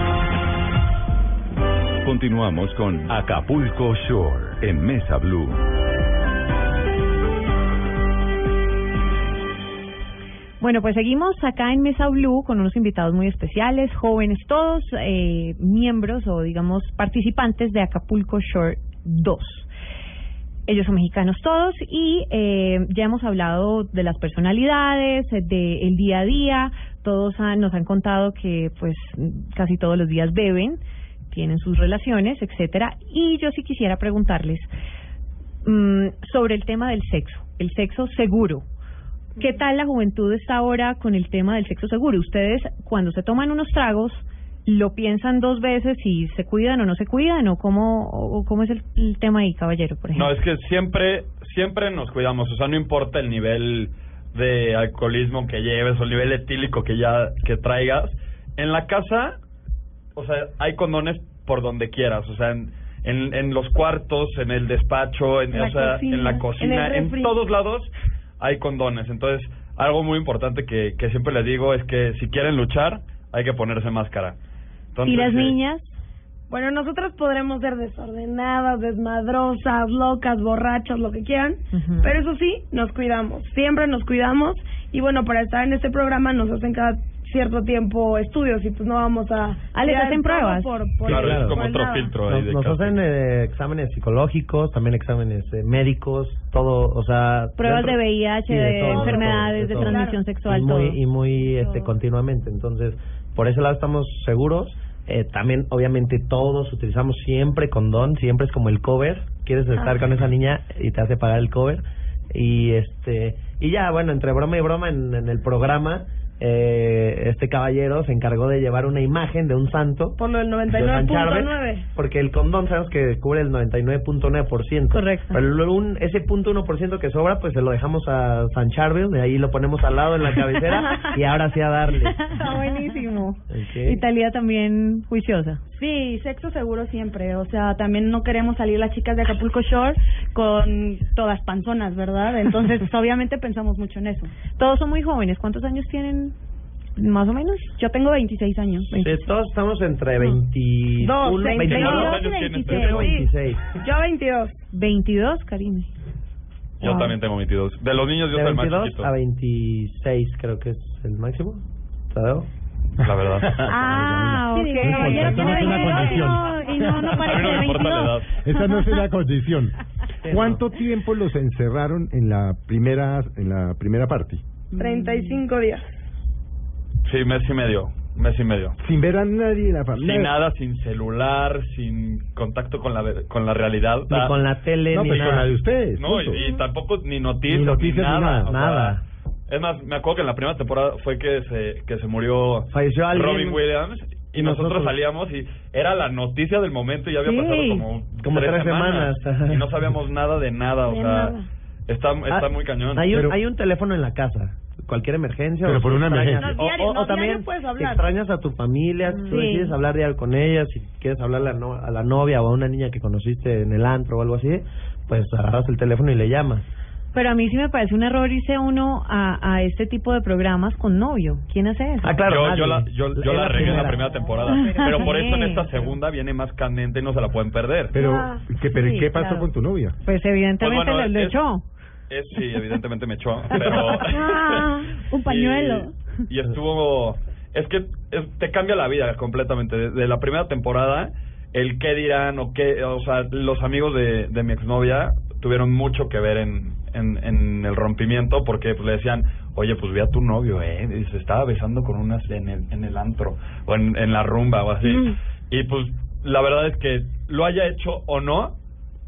Continuamos con Acapulco Shore en Mesa Blue. Bueno, pues seguimos acá en Mesa Blue con unos invitados muy especiales, jóvenes todos, eh, miembros o digamos participantes de Acapulco Shore 2. Ellos son mexicanos todos y eh, ya hemos hablado de las personalidades, del día a día. Todos han- nos han contado que pues casi todos los días beben, tienen sus relaciones, etcétera. Y yo sí quisiera preguntarles mm, sobre el tema del sexo, el sexo seguro. ¿Qué tal la juventud está ahora con el tema del sexo seguro? Ustedes, cuando se toman unos tragos, lo piensan dos veces si se cuidan o no se cuidan o cómo, o cómo es el, el tema ahí, caballero, por ejemplo. No, es que siempre, siempre nos cuidamos, o sea, no importa el nivel de alcoholismo que lleves o el nivel etílico que ya que traigas. En la casa, o sea, hay condones por donde quieras, o sea, en, en, en los cuartos, en el despacho, en, En la o sea, cocina, en la en cocina, el en refri. todos lados hay condones. Entonces, algo muy importante que, que siempre les digo es que si quieren luchar, hay que ponerse máscara. Entonces, ¿Y las sí. niñas? Bueno, nosotras podremos ser desordenadas, desmadrosas, locas, borrachas, lo que quieran, pero eso sí, nos cuidamos, siempre nos cuidamos y bueno, para estar en este programa nos hacen cada cierto tiempo estudios y pues no vamos a... Ah, ¿les tirar hacen todo pruebas? Por, por- Claro, es por como otro nada. filtro ahí Nos, de nos casting. hacen eh, exámenes psicológicos, también exámenes eh, médicos, todo, o sea... Pruebas dentro- de VIH, sí, de, todo, enfermedades, de, todo. transmisión sexual, y muy, todo. y muy este, continuamente. Entonces, por ese lado estamos seguros. Eh, también, obviamente, todos utilizamos siempre condón, siempre es como el cover. Quieres estar Ah. con esa niña y te hace pagar el cover. Y este y ya, bueno, entre broma y broma, en, en el programa, eh, este caballero se encargó de llevar una imagen de un santo. Por lo del de San Charbel, 99.9. Porque el condón sabemos que cubre el 99.9%. Correcto. Pero el- un, ese punto 1% que sobra, pues se lo dejamos a San Charvel, de ahí lo ponemos al lado en la cabecera y ahora sí a darle. Está Ah, buenísimo. Ok. Italia también juiciosa. Sí, sexo seguro siempre. O sea, también no queremos salir las chicas de Acapulco Shore con todas panzonas, ¿verdad? Entonces, pues, obviamente pensamos mucho en eso. Todos son muy jóvenes. ¿Cuántos años tienen? Más o menos. Yo tengo 26 años. Sí, todos estamos entre 21 Dos, 22 22 y 26. Yo tengo 26. Eh, Yo 22. 22, Karine. Yo Ah. también tengo 22. De los niños yo De Ah, soy el más 22 chiquito, a 26 creo que es el máximo. ¿Sabes? la verdad. Ah, ok. Caballero no es tiene una 22 y condición. no, y no, no A mí parece no de me importa la 22. Esa no es una condición. ¿Cuánto tiempo los encerraron en la primera en la primera parte? 35 días. Sí, mes y medio, mes y medio. Sin ver a nadie de la familia. Sin nada, sin celular, sin contacto con la ver- con la realidad. Ni con la tele No, ni pues con nada. la de ustedes. No, justo. y, y tampoco ni noticias, Ni ni, noticias, ni nada. nada, o sea, nada. es más, me acuerdo que en la primera temporada fue que se, que se murió Falleció alguien. Robin Williams y Y nosotros, nosotros. salíamos y era la noticia del momento y ya había Sí. pasado como, Como tres semanas. y no sabíamos nada de nada, o De sea, nada. está está Ah, muy cañón. Hay un, Pero- hay un teléfono en la casa. Cualquier emergencia. Pero o por si una extrañas- emergencia. No, diario, o, o- no, o también diario puedes si hablar. extrañas a tu familia, si tú Sí. decides hablar diario con ella, si quieres hablarle a, no- a la novia o a una niña que conociste en el antro o algo así, pues agarras el teléfono y le llamas. Pero a mí sí me parece un error irse uno a, a este tipo de programas con novio. ¿Quién hace eso? Ah, claro. yo, nadie. yo la, yo, yo Es la la arreglé en la primera. primera temporada. Ah, pero Pero por sí. eso en esta segunda viene más candente y no se la pueden perder. Pero, Ah, ¿qué, pero sí, ¿qué pasó claro. con tu novia? Pues evidentemente Pues bueno, lo- lo es- echó. Eh, sí, evidentemente me echó, pero... Ah, un pañuelo. Y, y estuvo... Es que es- te cambia la vida completamente. De, de la primera temporada, el qué dirán o qué... O sea, los amigos de, de mi exnovia tuvieron mucho que ver en, en, en el rompimiento porque pues, le decían, oye, pues ve a tu novio, ¿eh? Y se estaba besando con unas en el, en el antro o en, en la rumba o así. Y pues la verdad es que lo haya hecho o no,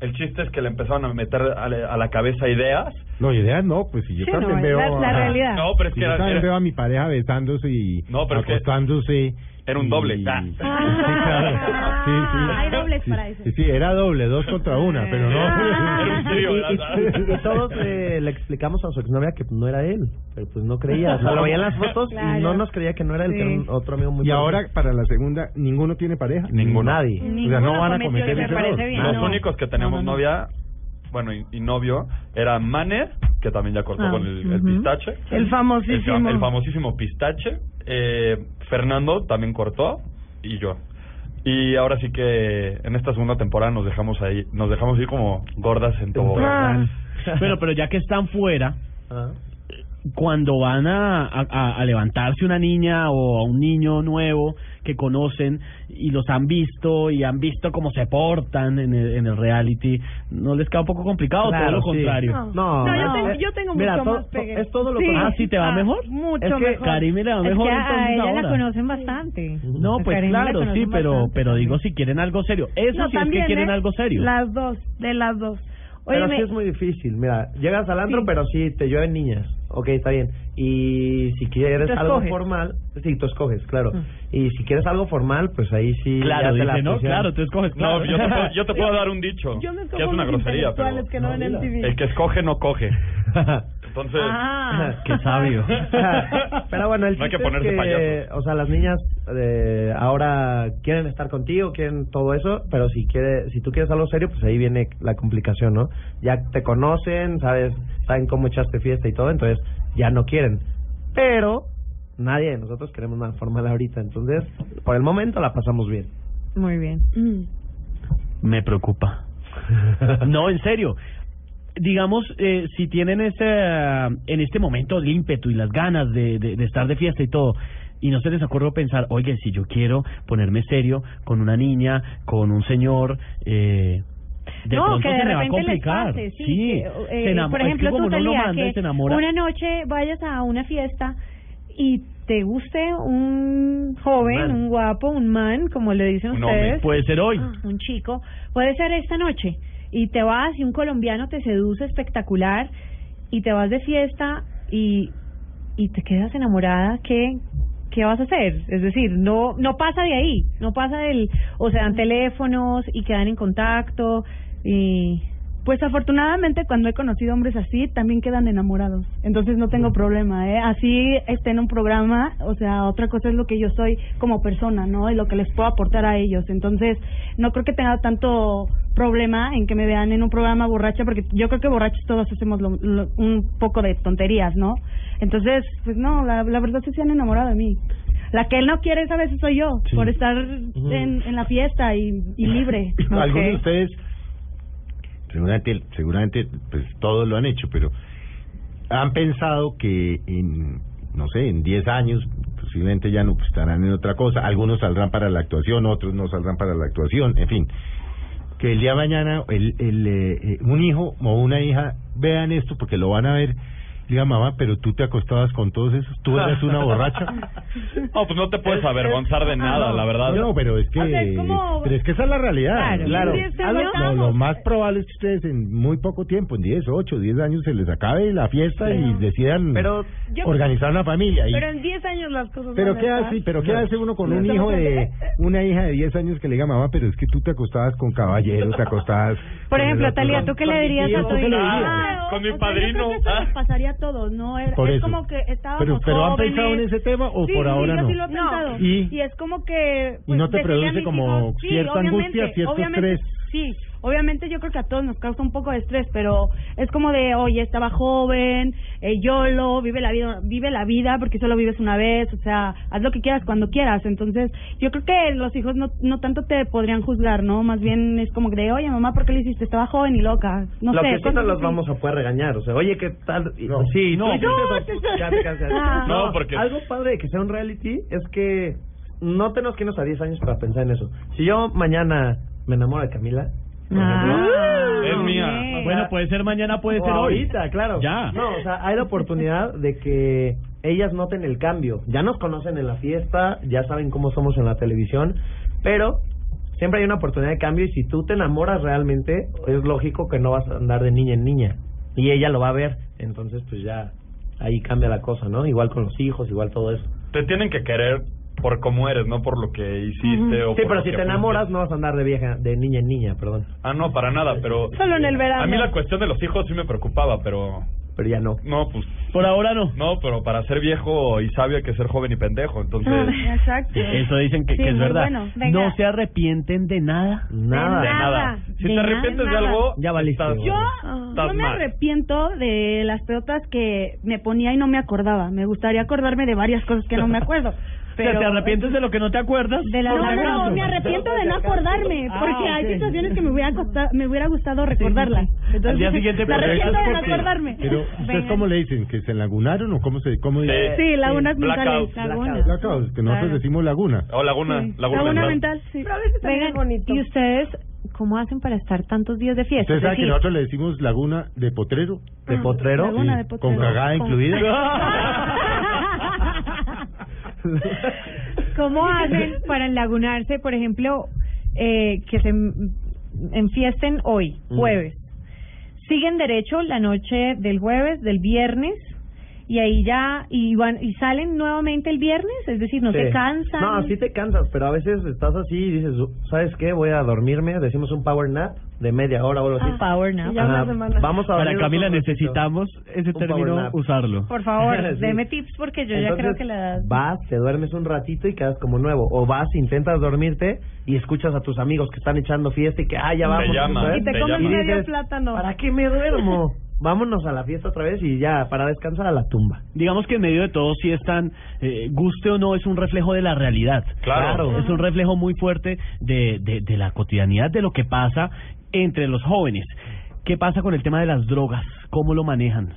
el chiste es que le empezaron a meter a la- a la cabeza ideas No, idea no, pues si yo Sí, no, también es veo... la- la a- realidad. No, pero es si que yo era, también era- veo a mi pareja besándose y No, pero es que- acostándose. era un doble. y- Ah. Sí, claro. Sí, sí. Hay dobles para eso. Sí, sí, era doble, dos contra una, pero Era un no. trío, Y, ¿verdad? y- y todos eh, le explicamos a su exnovia que no era él, pero pues no creía. O sea, lo veían las fotos Claro. y no nos creía que no era él, que era un- otro amigo muy Y bueno. ahora, para la segunda, ¿ninguno tiene pareja? ninguno. Nadie. O sea, no Ninguno van a cometió cometer ese ese parece error. bien. Los No. únicos que tenemos No, no, no. novia, bueno, y, y novio, era Maner, que también ya cortó Ah, con el, el ujú. pistache. El famosísimo. El, fa- el famosísimo pistache. Eh, Fernando también cortó y yo. Y ahora sí que en esta segunda temporada nos dejamos ahí, nos dejamos ir como gordas en tobogán. Ah. Pero, pero ya que están fuera, Ah. cuando van a, a- a- a levantarse una niña o a un niño nuevo que conocen y los han visto y han visto cómo se portan en el, en el reality, ¿no les queda un poco complicado? Claro, todo lo sí. contrario. No, No, yo no. tengo- yo tengo Mira, mucho todo- más pegue. Es todo lo Sí. Ah, ¿sí te va Ah, mejor? Mucho Es que mejor. Karime le va Es mejor que a, a entonces ella la ahora. conocen bastante. No, A pues Karina la claro, sí, conocen pero bastante pero también. digo ¿eh? si quieren algo serio. Eso No, sí es también, que quieren ¿eh? algo serio. Las dos, de las dos. Pero Óyeme. sí es muy difícil. Mira, llegas al antro, pero sí te llueven niñas. Ok, está bien. Y si quieres Tú algo escoges. formal, sí, tú escoges, claro. Mm. Y si quieres algo formal, pues ahí sí. Claro, ya te la dice, ¿no? pusieron. Claro, tú escoges, claro. No, yo te puedo- yo te puedo dar un dicho, Yo no que escojo es una mis grosería, pero- intelectuales que no ven MTV. El que escoge no coge. Entonces, Ah. qué sabio. Pero bueno, el No hay que chiste es ponerse O sea, las niñas eh, ahora quieren estar contigo, quieren todo eso, pero si quiere, si tú quieres algo serio, pues ahí viene la complicación, ¿no? Ya te conocen, sabes, saben cómo echaste fiesta y todo, entonces ya no quieren. Pero nadie de nosotros queremos nada formal ahorita, entonces por el momento la pasamos bien. Muy bien. Mm. Me preocupa. No, en serio. Digamos, eh, si tienen ese, eh, en este momento el ímpetu y las ganas de, de, de estar de fiesta y todo, y no se les ocurrió pensar, oye, si yo quiero ponerme serio con una niña, con un señor, eh, de no, pronto que de se me va a repente complicar. les pase, sí. sí, que, eh, se enamo- por es que ejemplo, como tú, uno lo Talía, manda y que se enamora. una noche vayas a una fiesta y te guste un joven, Man. un guapo, un man, como le dicen Un hombre. ustedes. Pues Puede ser hoy. Ah, Un chico. Puede ser esta noche. Y te vas y un colombiano te seduce espectacular y te vas de fiesta y, y te quedas enamorada. ¿Qué, ¿Qué vas a hacer? Es decir, no no pasa de ahí. No pasa del... O se dan teléfonos y quedan en contacto y... Pues afortunadamente cuando he conocido hombres así también quedan enamorados. Entonces no Mm. tengo problema, ¿eh? Así esté en un programa, o sea, otra cosa es lo que yo soy como persona, ¿no? Y lo que les puedo aportar a ellos. Entonces no creo que tenga tanto problema en que me vean en un programa borracha, porque yo creo que borrachos todos hacemos lo- lo- un poco de tonterías, ¿no? Entonces, pues no, la, la verdad sí se han enamorado de mí. La que él no quiere a veces soy yo, por estar en, en la fiesta y, y libre. ¿Alguno de Ok. ustedes? Seguramente, seguramente, pues todos lo han hecho, pero han pensado que en, no sé, en 10 años posiblemente ya no pues, estarán en otra cosa. Algunos saldrán para la actuación, otros no saldrán para la actuación, en fin. Que el día de mañana el, el, eh, eh, un hijo o una hija vean esto porque lo van a ver. Diga, mamá, pero tú te acostabas con todos esos, tú eras una borracha. No, pues no te puedes avergonzar de Ah, nada, no, la verdad. No, pero es que, O sea, es como- pero es que esa es la realidad. Claro. Sí, es que Algo- volvamos. lo, lo más probable es que ustedes en muy poco tiempo, en 10, 8, 10 años, se les acabe la fiesta y decidan Yo- organizar una familia. Y- Pero en 10 años las cosas pero van a qué estar- hace, pero qué hace uno con No un hijo estamos de en- una hija de 10 años que le diga mamá, pero es que tú te acostabas con caballeros, te acostabas. Por con el ejemplo, otro". Talía, ¿tú qué le dirías a Yo, tu ¿qué le hija? Ah, diría? Con mi Yo padrino. creo que eso nos pasaría a todos, ¿no? Era- Por es eso. como que estábamos Pero- pero ¿han jóvenes. pensado en ese tema o Sí, por sí, ahora yo no? sí lo he pensado. ¿Y? es como que... ¿Y no te decirle a produce mis como hijos, sí, cierta obviamente, angustia, cierto obviamente, estrés? Sí, obviamente yo creo que a todos nos causa un poco de estrés, pero es como de, oye, estaba joven, eh, YOLO, vive la vida, vive la vida porque solo vives una vez, o sea, haz lo que quieras cuando quieras. Entonces, yo creo que los hijos no, no tanto te podrían juzgar, ¿no? Más bien es como que de, oye, mamá, ¿por qué lo hiciste? Estaba joven y loca. No lo sé. que sí no cosas los así. vamos a poder regañar. O sea, oye, ¿qué tal? Y- sí, No, tú hiciste no, eso. te- Ya te cansas. Ah. No, No, porque... Algo padre de que sea un reality es que no tenemos que irnos a 10 años para pensar en eso. Si yo mañana me enamoro de Camila... por Ah, ejemplo, Es mía. Bueno, puede ser mañana, puede o ser hoy. ahorita, claro. Ya. No, o sea, hay la oportunidad de que ellas noten el cambio. Ya nos conocen en la fiesta, ya saben cómo somos en la televisión, pero siempre hay una oportunidad de cambio y si tú te enamoras realmente, es lógico que no vas a andar de niña en niña. Y ella lo va a ver, entonces pues ya ahí cambia la cosa, ¿no? Igual con los hijos, igual todo eso. Te tienen que querer por cómo eres, no por lo que hiciste o por sí, pero lo si que te fuiste. enamoras no vas a andar de vieja, de niña en niña, perdón. Ah, no, para nada, pero... Solo en el verano. A mí la cuestión de los hijos sí me preocupaba, pero... Pero ya no. No, pues... Por ahora no. No, pero para ser viejo y sabio hay que ser joven y pendejo, entonces... Exacto. Eso dicen que, Sí, que es muy verdad. bueno. Venga. No se arrepienten de nada. Nada. De nada. Si te arrepientes de algo, ya valiste. Yo, yo me arrepiento de las pelotas que me ponía y no me acordaba. Me gustaría acordarme de varias cosas que no me acuerdo. Pero... Pero ¿Te arrepientes de lo que no te acuerdas? De la no, no, me arrepiento de no acordarme, Ah, porque hay ok. situaciones que me hubiera, costa- me hubiera gustado recordarlas. Entonces, Al día me siguiente pero arrepiento ¿sabes de no por qué? acordarme. Pero pues, ¿ustedes Venga. cómo le dicen? ¿Que se lagunaron o cómo se cómo Sí. dicen? Ah, Sí, lagunas mentales, Blackouts. lagunas. Blackouts, que nosotros Claro. decimos laguna. O laguna, laguna, Laguna mental. mental, sí. Vengan, ¿y ustedes cómo hacen para estar tantos días de fiesta? Ustedes Es saben que decir, nosotros le decimos laguna de potrero. ¿De potrero? Mm, Laguna de Con potrero. cagada Con- incluida. ¿Cómo hacen para enlagunarse, por ejemplo, eh, que se en- enfiesten hoy, Mm. jueves? siguen derecho la noche del jueves, del viernes, y ahí ya, y, van, y salen nuevamente el viernes, es decir, no se Sí. cansan. No, sí te cansas, pero a veces estás así y dices, ¿sabes qué? Voy a dormirme, decimos un power nap de media hora o algo así. Ah, power nap. Ajá, Vamos a Para dormirnos Camila un ratito. necesitamos ese Un power término nap. usarlo. Por favor, Sí. deme tips porque yo ya Entonces, creo que la edad... Vas, te duermes un ratito y quedas como nuevo. O vas, intentas dormirte y escuchas a tus amigos que están echando fiesta y que, ah, ya Te vamos. llaman, ¿sabes? Y te te comes llaman. medio dices, plátano. ¿Para qué me duermo? Vámonos a la fiesta otra vez y ya, para descansar a la tumba. Digamos que en medio de todo sí están, eh, guste o no, es un reflejo de la realidad. Claro. Es un reflejo muy fuerte de, de, de la cotidianidad, de lo que pasa entre los jóvenes. ¿Qué pasa con el tema de las drogas? ¿Cómo lo manejan?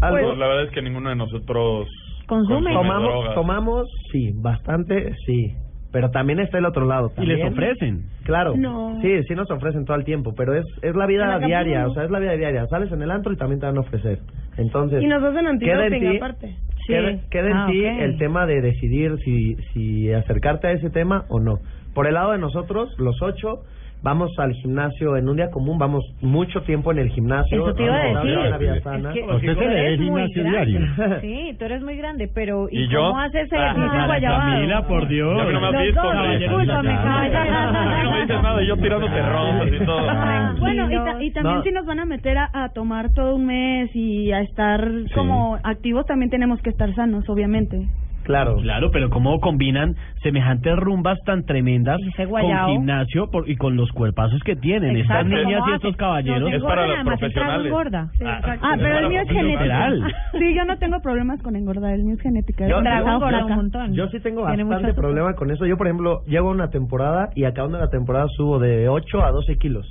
Algo. Pues- la verdad es que ninguno de nosotros Consumen. Tomamos, drogas. tomamos, sí, bastante, sí. Pero también está el otro lado. Y les también. ofrecen. Claro. No. Sí, sí nos ofrecen todo el tiempo, pero es, es la vida En Acapulco diaria, no. o sea, es la vida diaria. Sales en el antro y también te van a ofrecer. Entonces, Y nos hacen queda en antidoping ti- aparte. Queda, queda en Ah, ti ok. el tema de decidir si, si acercarte a ese tema o no. Por el lado de nosotros, los ocho, vamos al gimnasio en un día común, vamos mucho tiempo en el gimnasio. Eso te iba vamos a una hora decir. en la vida Es sana. que tú eres muy grande. Sí, tú eres muy grande, pero ¿y, ¿Y yo? cómo haces Ah, ejercicio Sara guayabado? Camila, por Dios. Ya que no me has Los visto, dos, Sara. discúlpame, Ya, ya, ya. caballero. No me dices nada, yo tirándote rosas y todo. Bueno, y, ta- y también No. si nos van a meter a, a tomar todo un mes y a estar como activos, también tenemos que estar sanos, obviamente. Claro. Claro, pero ¿cómo combinan semejantes rumbas tan tremendas con guayao. gimnasio por- y con los cuerpazos que tienen Exacto, estas niñas ¿cómo y estos hacen? caballeros? Nos Es para engordan, los además, estás profesionales. gorda. Sí, Ah, Ah, es pero para el mío es genética. profesionales. Sí, yo no tengo problemas con engordar, el mío es genética. Yo- Es yo- trazado por yo- acá. Yo sí tengo Tiene mucho bastante azúcar. problema con eso. Yo, por ejemplo, llego a una temporada y acabando la temporada subo de 8 a 12 kilos.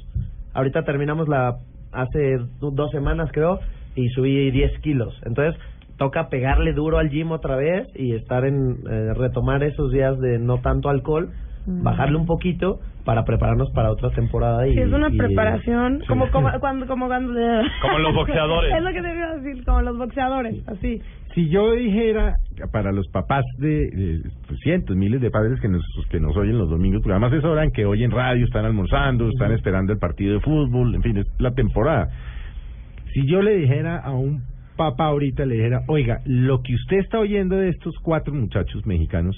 Ahorita terminamos la hace du- dos semanas, creo, y subí 10 kilos. Entonces, toca pegarle duro al gym otra vez y estar en eh, retomar esos días de no tanto alcohol, bajarle un poquito para prepararnos para otra temporada. Y, Mm. Sí, es una y- preparación, Sí. como, como cuando como cuando Como los boxeadores. es lo que te iba a decir, como los boxeadores, así. Si yo dijera para los papás de eh, pues, cientos, miles de padres que nos, que nos oyen los domingos, porque además es hora en que oyen radio, están almorzando, están esperando el partido de fútbol, en fin, es la temporada. Si yo le dijera a un papá ahorita, le dijera, oiga, lo que usted está oyendo de estos cuatro muchachos mexicanos,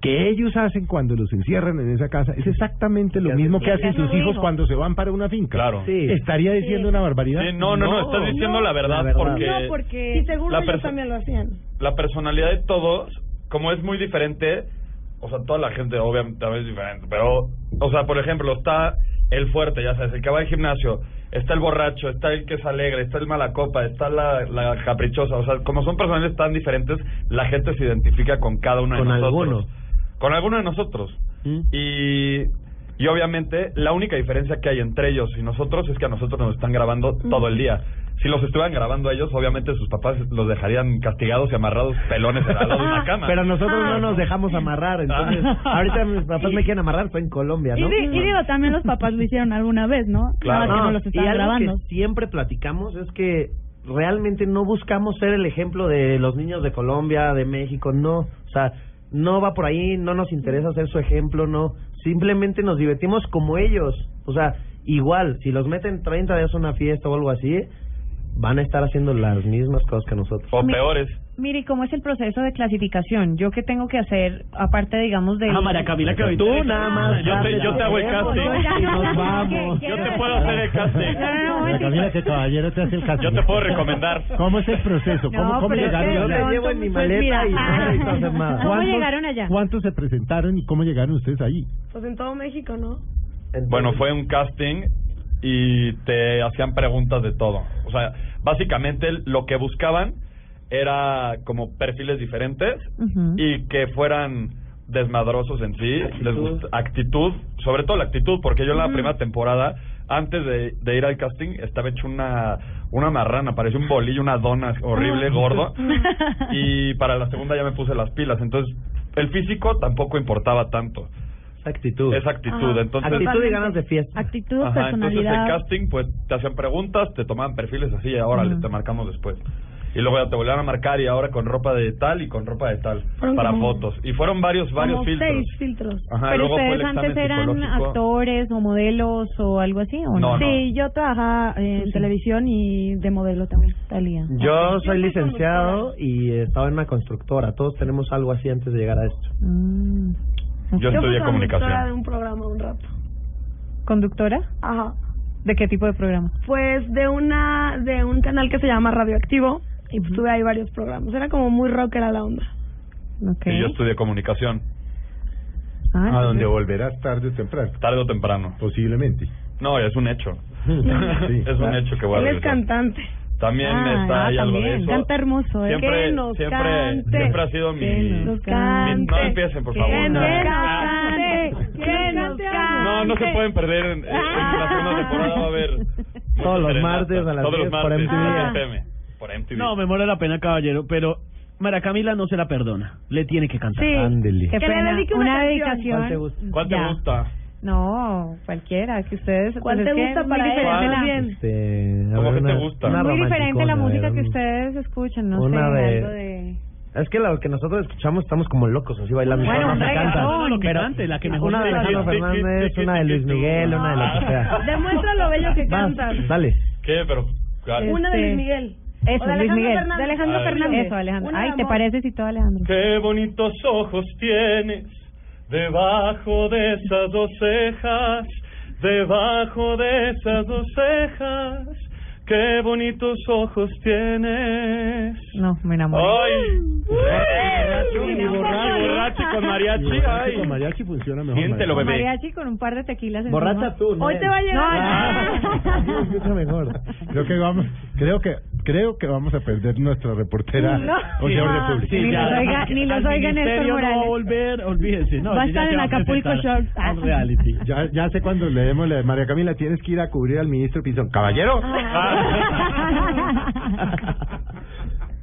que ellos hacen cuando los encierran en esa casa, es exactamente lo mismo que hacen sus hijos cuando se van para una finca. Claro. Sí. Estaría diciendo una barbaridad. Sí, no, no, no, estás diciendo la verdad, porque No, porque y seguro Ah. la ellos perso- también lo hacían. la personalidad de todos, como es muy diferente, o sea, toda la gente obviamente también es diferente, pero, o sea, por ejemplo, está el fuerte, ya sabes, el que va al gimnasio, está el borracho, está el que es alegre, está el mala copa, está la, la caprichosa, o sea, como son personalidades tan diferentes, la gente se identifica con cada uno de Con nosotros. alguno. Con alguno de nosotros. ¿Mm? Y, y obviamente la única diferencia que hay entre ellos y nosotros es que a nosotros nos están grabando todo el día. Si los estuvieran grabando a ellos, obviamente sus papás los dejarían castigados y amarrados pelones al lado de Ah. Ah, una cama. Pero nosotros no nos dejamos amarrar, entonces Ah. ahorita mis papás me quieren amarrar, fue en Colombia, Y, ¿no? di- y digo, también los papás lo hicieron alguna vez, ¿no? Nada más que no los y están algo grabando. que siempre platicamos es que realmente no buscamos ser el ejemplo de los niños de Colombia, de México, no. O sea, no va por ahí, no nos interesa ser su ejemplo, no. Simplemente nos divertimos como ellos. O sea, igual, si los meten 30 días a una fiesta o algo así, van a estar haciendo las mismas cosas que nosotros. O peores. Mire, ¿y ¿cómo es el proceso de clasificación? ¿Yo qué tengo que hacer, aparte, digamos, de... Ah, María Camila, que ahorita- Tú nada más Yo te, yo te hago el casting. Nos vamos. Yo te puedo hacer el casting. María Camila, que caballero te hace el caso. Yo te puedo recomendar. ¿Cómo es el proceso? ¿Cómo, No, cómo pero es llegaron? que Yo de la pronto, pues, mira, ah, ¿cómo llegaron allá? ¿Cuántos se presentaron y cómo llegaron ustedes ahí? Pues en todo México, ¿no? Bueno, fue un casting y te hacían preguntas de todo. O sea, básicamente lo que buscaban era como perfiles diferentes y que fueran desmadrosos en sí, les gust- actitud, sobre todo la actitud, porque yo en la primera temporada, antes de, de ir al casting, estaba hecho una, una marrana, parecía un bolillo, una dona Ah. horrible, gordo, y para la segunda ya me puse las pilas, entonces el físico tampoco importaba tanto. Es actitud. Es actitud, Ajá. entonces... Actitud y ganas de fiesta. Actitud, Ajá, entonces el personalidad. casting, pues te hacían preguntas, te tomaban perfiles así, y ahora les te marcamos después. y luego ya te volvieron a marcar y ahora con ropa de tal y con ropa de tal Fueron para como- fotos. Y fueron varios, varios Como filtros. seis filtros. Ajá, Pero luego fue el ustedes antes examen eran psicológico. actores o modelos o algo así, ¿o no? No, no. Sí, yo trabajaba en televisión y de modelo también, Talía. Yo soy licenciado y estaba en una constructora. Todos tenemos algo así antes de llegar a esto. Mm. Mm. Yo estudié fui conductora comunicación. de un programa un rato. ¿Conductora? Ajá. ¿De qué tipo de programa? Pues de una de un canal que se llama Radioactivo y pues tuve ahí varios programas. Era como muy rockera la onda. Y yo estudié comunicación, Ah, Ah, a donde volverás tarde o temprano. tarde o temprano. Posiblemente. No, es un hecho. Sí. es un hecho que voy a Él es regresar. cantante. También Ah, está ah, ahí algo de también. eso. Canta hermoso, ¿eh? Siempre, Que nos siempre, cante, siempre ha sido mi... que nos mi- cante, no empiecen, por favor. que nos Ah, cante, que nos cante. No, no se pueden perder. En, en la segunda temporada va a haber... Todos los serenatas, martes a las Todos los 10 por martes MTV. por FM, por MTV. No, me muere la pena, caballero, pero Mara Camila no se la perdona. Le tiene que cantar. Sí. Ándele. Qué Que le pena. dedique una, una canción. dedicación. ¿Cuál te gusta? ¿Cuál te Ya. gusta? No, cualquiera, que ustedes... ¿Cuál pues te es que gusta es muy para diferente ella? la- Bien. Este, a ¿Cómo ver, que te una- gusta? una Muy diferente la romanticona, música a ver, que un- ustedes escuchan, no una sé, de- algo de... Es que lo que nosotros escuchamos estamos como locos, así bailando. Bueno, No un me reggaetón, canta. No, no, lo que Pero cante, la que mejor Una le de cante. Alejandro Fernández, una de Luis Miguel, una de la que sea. Demuestra lo bello que Vas, cantas. dale. ¿Qué? Pero... ¿cuál? Una de Este, Luis Miguel. Eso, O de Luis Alejandro Miguel. Fernández. De Alejandro A ver. Fernández. Eso, Alejandro. Una de Ay, ¿te amor. pareces y todo, Alejandro? Qué bonitos ojos tienes debajo de esas dos cejas, debajo de esas dos cejas. Qué bonitos ojos tienes. No, me enamoré. Ay, Borracho, y y borracho. borracho con mariachi, Mariachi ay. con mariachi funciona mejor. Siéntelo, mariachi. bebé. Mariachi con un par de tequilas. encima. Borracha tú, ¿no? Hoy te va a Ah. llegar. No, no. Escucha mejor. Creo que vamos, creo que, creo que vamos a perder nuestra reportera No. o Sí, señor de no, público. sí, Ni los oiga- ni los Al oiga Néstor ministerio No va Morales. a volver, olvídese. No, Va a si ya estar se en a Acapulco presentar Shore. a un reality. Ya, ya sé cuando leemos la de María Camila, tienes que ir a cubrir al ministro Pinzón. Caballero. Ah.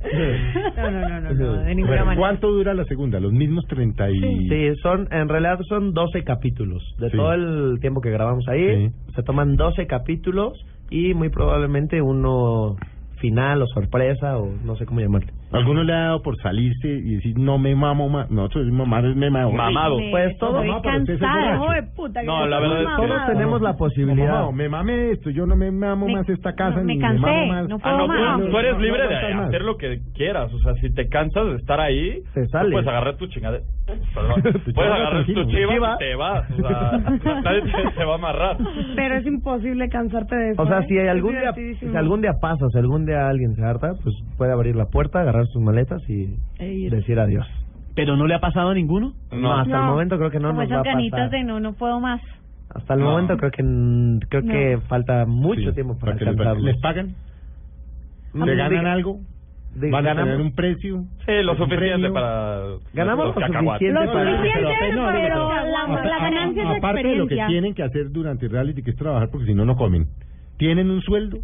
No, no, no, no, no, de ninguna Bueno, manera. ¿Cuánto dura la segunda? Los mismos 30 y... Sí, son, en realidad son 12 capítulos. De Sí. todo el tiempo que grabamos ahí, se toman 12 capítulos y muy probablemente uno final o sorpresa o no sé cómo llamarle. ¿Alguno le ha dado por salirse y decir, no me mamo más? Nosotros mamar es me mamo. Mamado. Pues todos, Mamá, pero usted es Cansada, borracho. hijo de puta. que No, la estás verdad es mamado. que- todos tenemos la posibilidad. Mamado, me mamé esto, yo no me mamo Me- más esta casa. no, me ni cansé, mamo más. no Ah, no, Mamado. tú, tú eres No, libre no de aguantar más. hacer lo que quieras. O sea, si te cansas de estar ahí, Se tú sale. puedes agarrar tu chingada. Perdón. Tu puedes chava, agarrar tranquilo. tu chiva, Chiva. y te vas. O sea, nadie te, te va a amarrar. Pero es imposible cansarte de eso. O sea, ¿eh? si Es algún día divertidísimo. si algún día pasa, si algún día alguien se harta, pues puede abrir la puerta, agarrar sus maletas y decir adiós. Pero no le ha pasado a ninguno. No, hasta el No. momento creo que no Como nos va esas a ganitas pasar. de no, no puedo más. Hasta el No. momento creo que n- creo que falta mucho Sí, tiempo para que les- alcanzarlo. ¿Les pagan? ¿Le ganan algo? De- ¿Van a ganamos- tener un precio? Sí, lo ¿Un suficiente premio? para. Ganamos los lo cacahuates. suficiente Lo para- suficiente, No, no, pero no. la, la A- a- ganancia es la Aparte de lo que experiencia. tienen que hacer durante el reality, que es trabajar, porque si no, no comen. ¿Tienen un sueldo?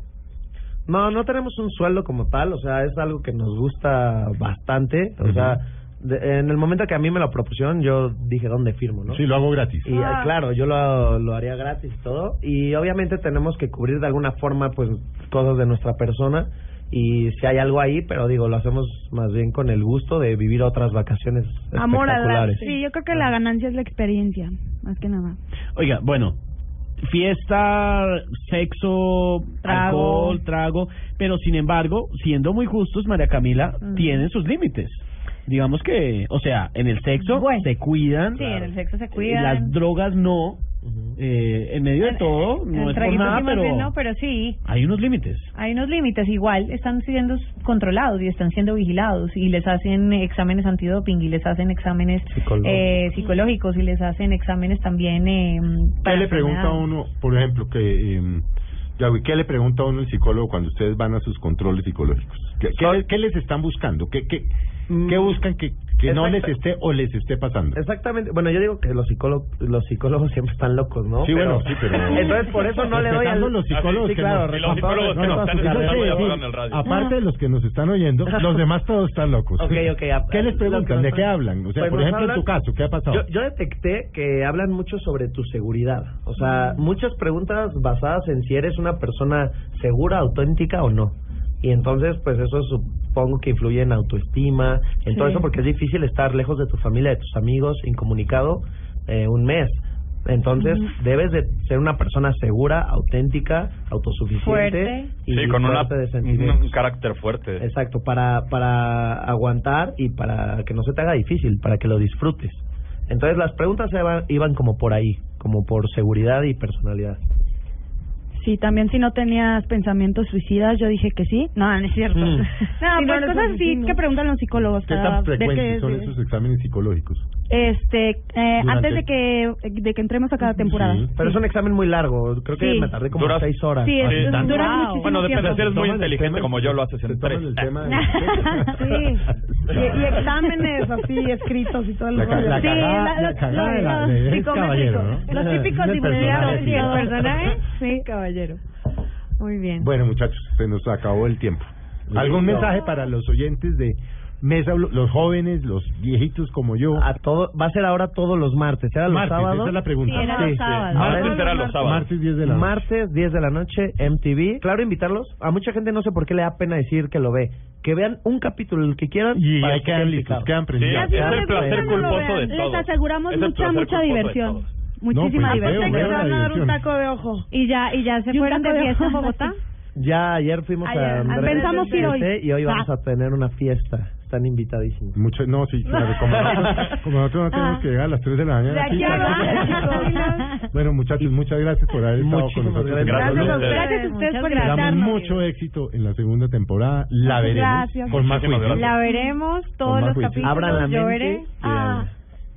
No, no tenemos un sueldo como tal, o sea, es algo que nos gusta bastante, o sea, de- en el momento que a mí me lo propusieron, yo dije dónde firmo, ¿no? Sí, lo hago gratis. Y ah, claro, yo lo, lo haría gratis y todo. Y obviamente tenemos que cubrir de alguna forma pues cosas de nuestra persona y si hay algo ahí, pero digo, lo hacemos más bien con el gusto de vivir otras vacaciones Amor al arte. espectaculares. Sí, yo creo que la ganancia es la experiencia, más que nada. Oiga, bueno, fiesta, sexo, Trago. alcohol, trago, pero sin embargo, siendo muy justos, María Camila Mm. tiene sus límites. Digamos que, o sea, en el sexo Bueno. se cuidan. Sí, en el sexo se eh, cuidan. Las drogas no. eh, en medio de todo, no El es por traguito nada, sí, más pero bien no, pero sí, hay unos límites. hay unos límites. Igual están siendo controlados y están siendo vigilados y les hacen exámenes antidoping y les hacen exámenes Psicológico. eh, psicológicos y les hacen exámenes también eh, ¿Qué para le pregunta a enfermedades. uno, por ejemplo, que... eh, Yahweh, ¿Qué le pregunta a uno el psicólogo cuando ustedes van a sus controles psicológicos? ¿Qué, qué, le- qué les están buscando? ¿Qué, qué, qué buscan que, que no les Exacto. esté o les esté pasando? Exactamente. Bueno, yo digo que los psicólogos, los psicólogos siempre están locos, ¿no? Sí, bueno, sí, pero- Entonces, por eso no le doy al... Ah, Respetamos los psicólogos Sí, que claro, nos- Y los psicólogos que No, nos no, están sí, sí, escuchando sí, y sí. hablando en el radio. Aparte de los que nos están oyendo, los demás todos están locos. Ok, ok, a- pues, ¿Qué les lo que preguntan? nos- ¿De qué hablan? O sea, Pues nos por ejemplo, en hablan- tu caso, ¿qué ha pasado? Yo, yo detecté que hablan mucho sobre tu seguridad. O Mm. sea, muchas preguntas basadas en si eres una persona segura, auténtica o no. Y entonces, pues eso supongo que influye en autoestima, en todo Sí. eso, porque es difícil estar lejos de tu familia, de tus amigos, incomunicado eh, un mes. Entonces, Ujú. debes de ser una persona segura, auténtica, autosuficiente. Fuerte. Y Sí, con una- fuerte de sentimientos. un carácter fuerte. Exacto, para, para aguantar y para que no se te haga difícil, para que lo disfrutes. Entonces las preguntas se iban, iban como por ahí, como por seguridad y personalidad. Sí, también si no tenías pensamientos suicidas, yo dije que sí. No, no es cierto. Mm. No, Sí, no, pues no, cosas no, así no, no. que preguntan los psicólogos. ¿Qué cada tan vez frecuentes que- son esos exámenes psicológicos? Este, eh, Durante- antes de que, de que entremos a cada temporada. Pero es un examen muy largo, creo que Sí. me tardé como Duras- Ah, seis horas. Sí, es- Así es- tanto. dura Wow. muchísimo Bueno, depende, tiempo. si eres muy Se toman el inteligente como yo, lo haces en tres. Sí. Y, y exámenes así escritos y todo el La ca- rollo. la Sí, cagada- la- la los- cagada los- de la- los de- es psicométricos. caballero, ¿no? Los típicos Es el diminutivos. personaje, Sí, el sí. personaje. Sí, caballero. Muy bien. Bueno, muchachos, se nos acabó el tiempo. ¿Algún No. mensaje para los oyentes de Mesa, Blu- los jóvenes, los viejitos como yo? A todo, va a ser ahora todos los martes, ¿era los Martes, sábados? esa es la pregunta. Sí, era los sábados. Ahora Martes es- era los sábados. Martes 10 de la noche. Martes 10 de la noche, MTV. Claro, invitarlos. A mucha gente no sé por qué le da pena decir que lo ve. Que vean un capítulo, el que quieran. Y para ahí que quedan queden listos, picados. quedan Pues prendidos. Sí, Es el quedan placer prendidos. culposo No lo vean. de todos. Les aseguramos Es el mucha, placer mucha culposo de diversión. todos. Muchísima pues, diversión. veo, veo se la Ah, van a dar un diversión. taco de ojo. ¿Y ya, y ya se Y un fueron taco de de fiesta en ojo. Bogotá? Ya ayer fuimos Ayer. a Andrés Pensamos ir hoy. Beltrán y hoy vamos Ah. a tener una fiesta. Están invitadísimos. Mucho, no, sí, claro, como nosotros, como nosotros no tenemos Ah. que llegar a las 3 de la mañana. De aquí, aquí a Bueno, muchachos, muchas gracias por haber estado con Muchísimas nosotros. gracias. Gracias a Hablamos- Gracias a ustedes Muchas por gracias. Damos invitarnos. mucho eh. éxito en la segunda temporada. La veremos Gracias. con más Muchísimas juicio. gracias. La veremos todos Con más los juicio. capítulos. Abran la yo mente veré. y Ah,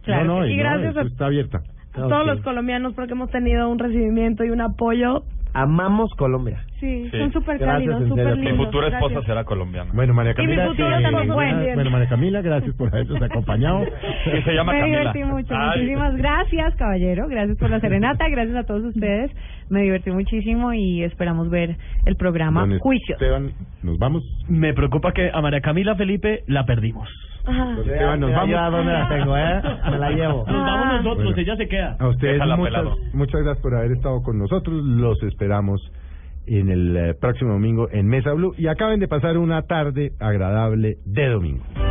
Claro No, no, que sí, y pues, no, gracias eso a- está abierta. A todos los colombianos porque hemos tenido un recibimiento y un apoyo. Amamos Colombia. Sí, Sí. son súper cálidos, súper lindos. Mi futura esposa Gracias. será colombiana. Bueno, María Y mi Camila. futuro que- tampoco bueno, entiende. bueno, María Camila, gracias por habernos acompañado. Que se llama me Camila. divertí mucho. Ay. Muchísimas gracias, caballero. Gracias por la serenata. Gracias a todos ustedes. Me divertí muchísimo y esperamos ver el programa Don Juicio. Esteban, nos vamos. Me preocupa que a María Camila Felipe la perdimos. Don Esteban, nos Mira, vamos. yo a dónde la tengo, ¿eh? Me la llevo. Nos vamos nosotros, Bueno. ella se queda. A ustedes Déjala muchas, pelado. muchas gracias por haber estado con nosotros. Los esperamos en el eh, próximo domingo en Mesa Blue y acaben de pasar una tarde agradable de domingo.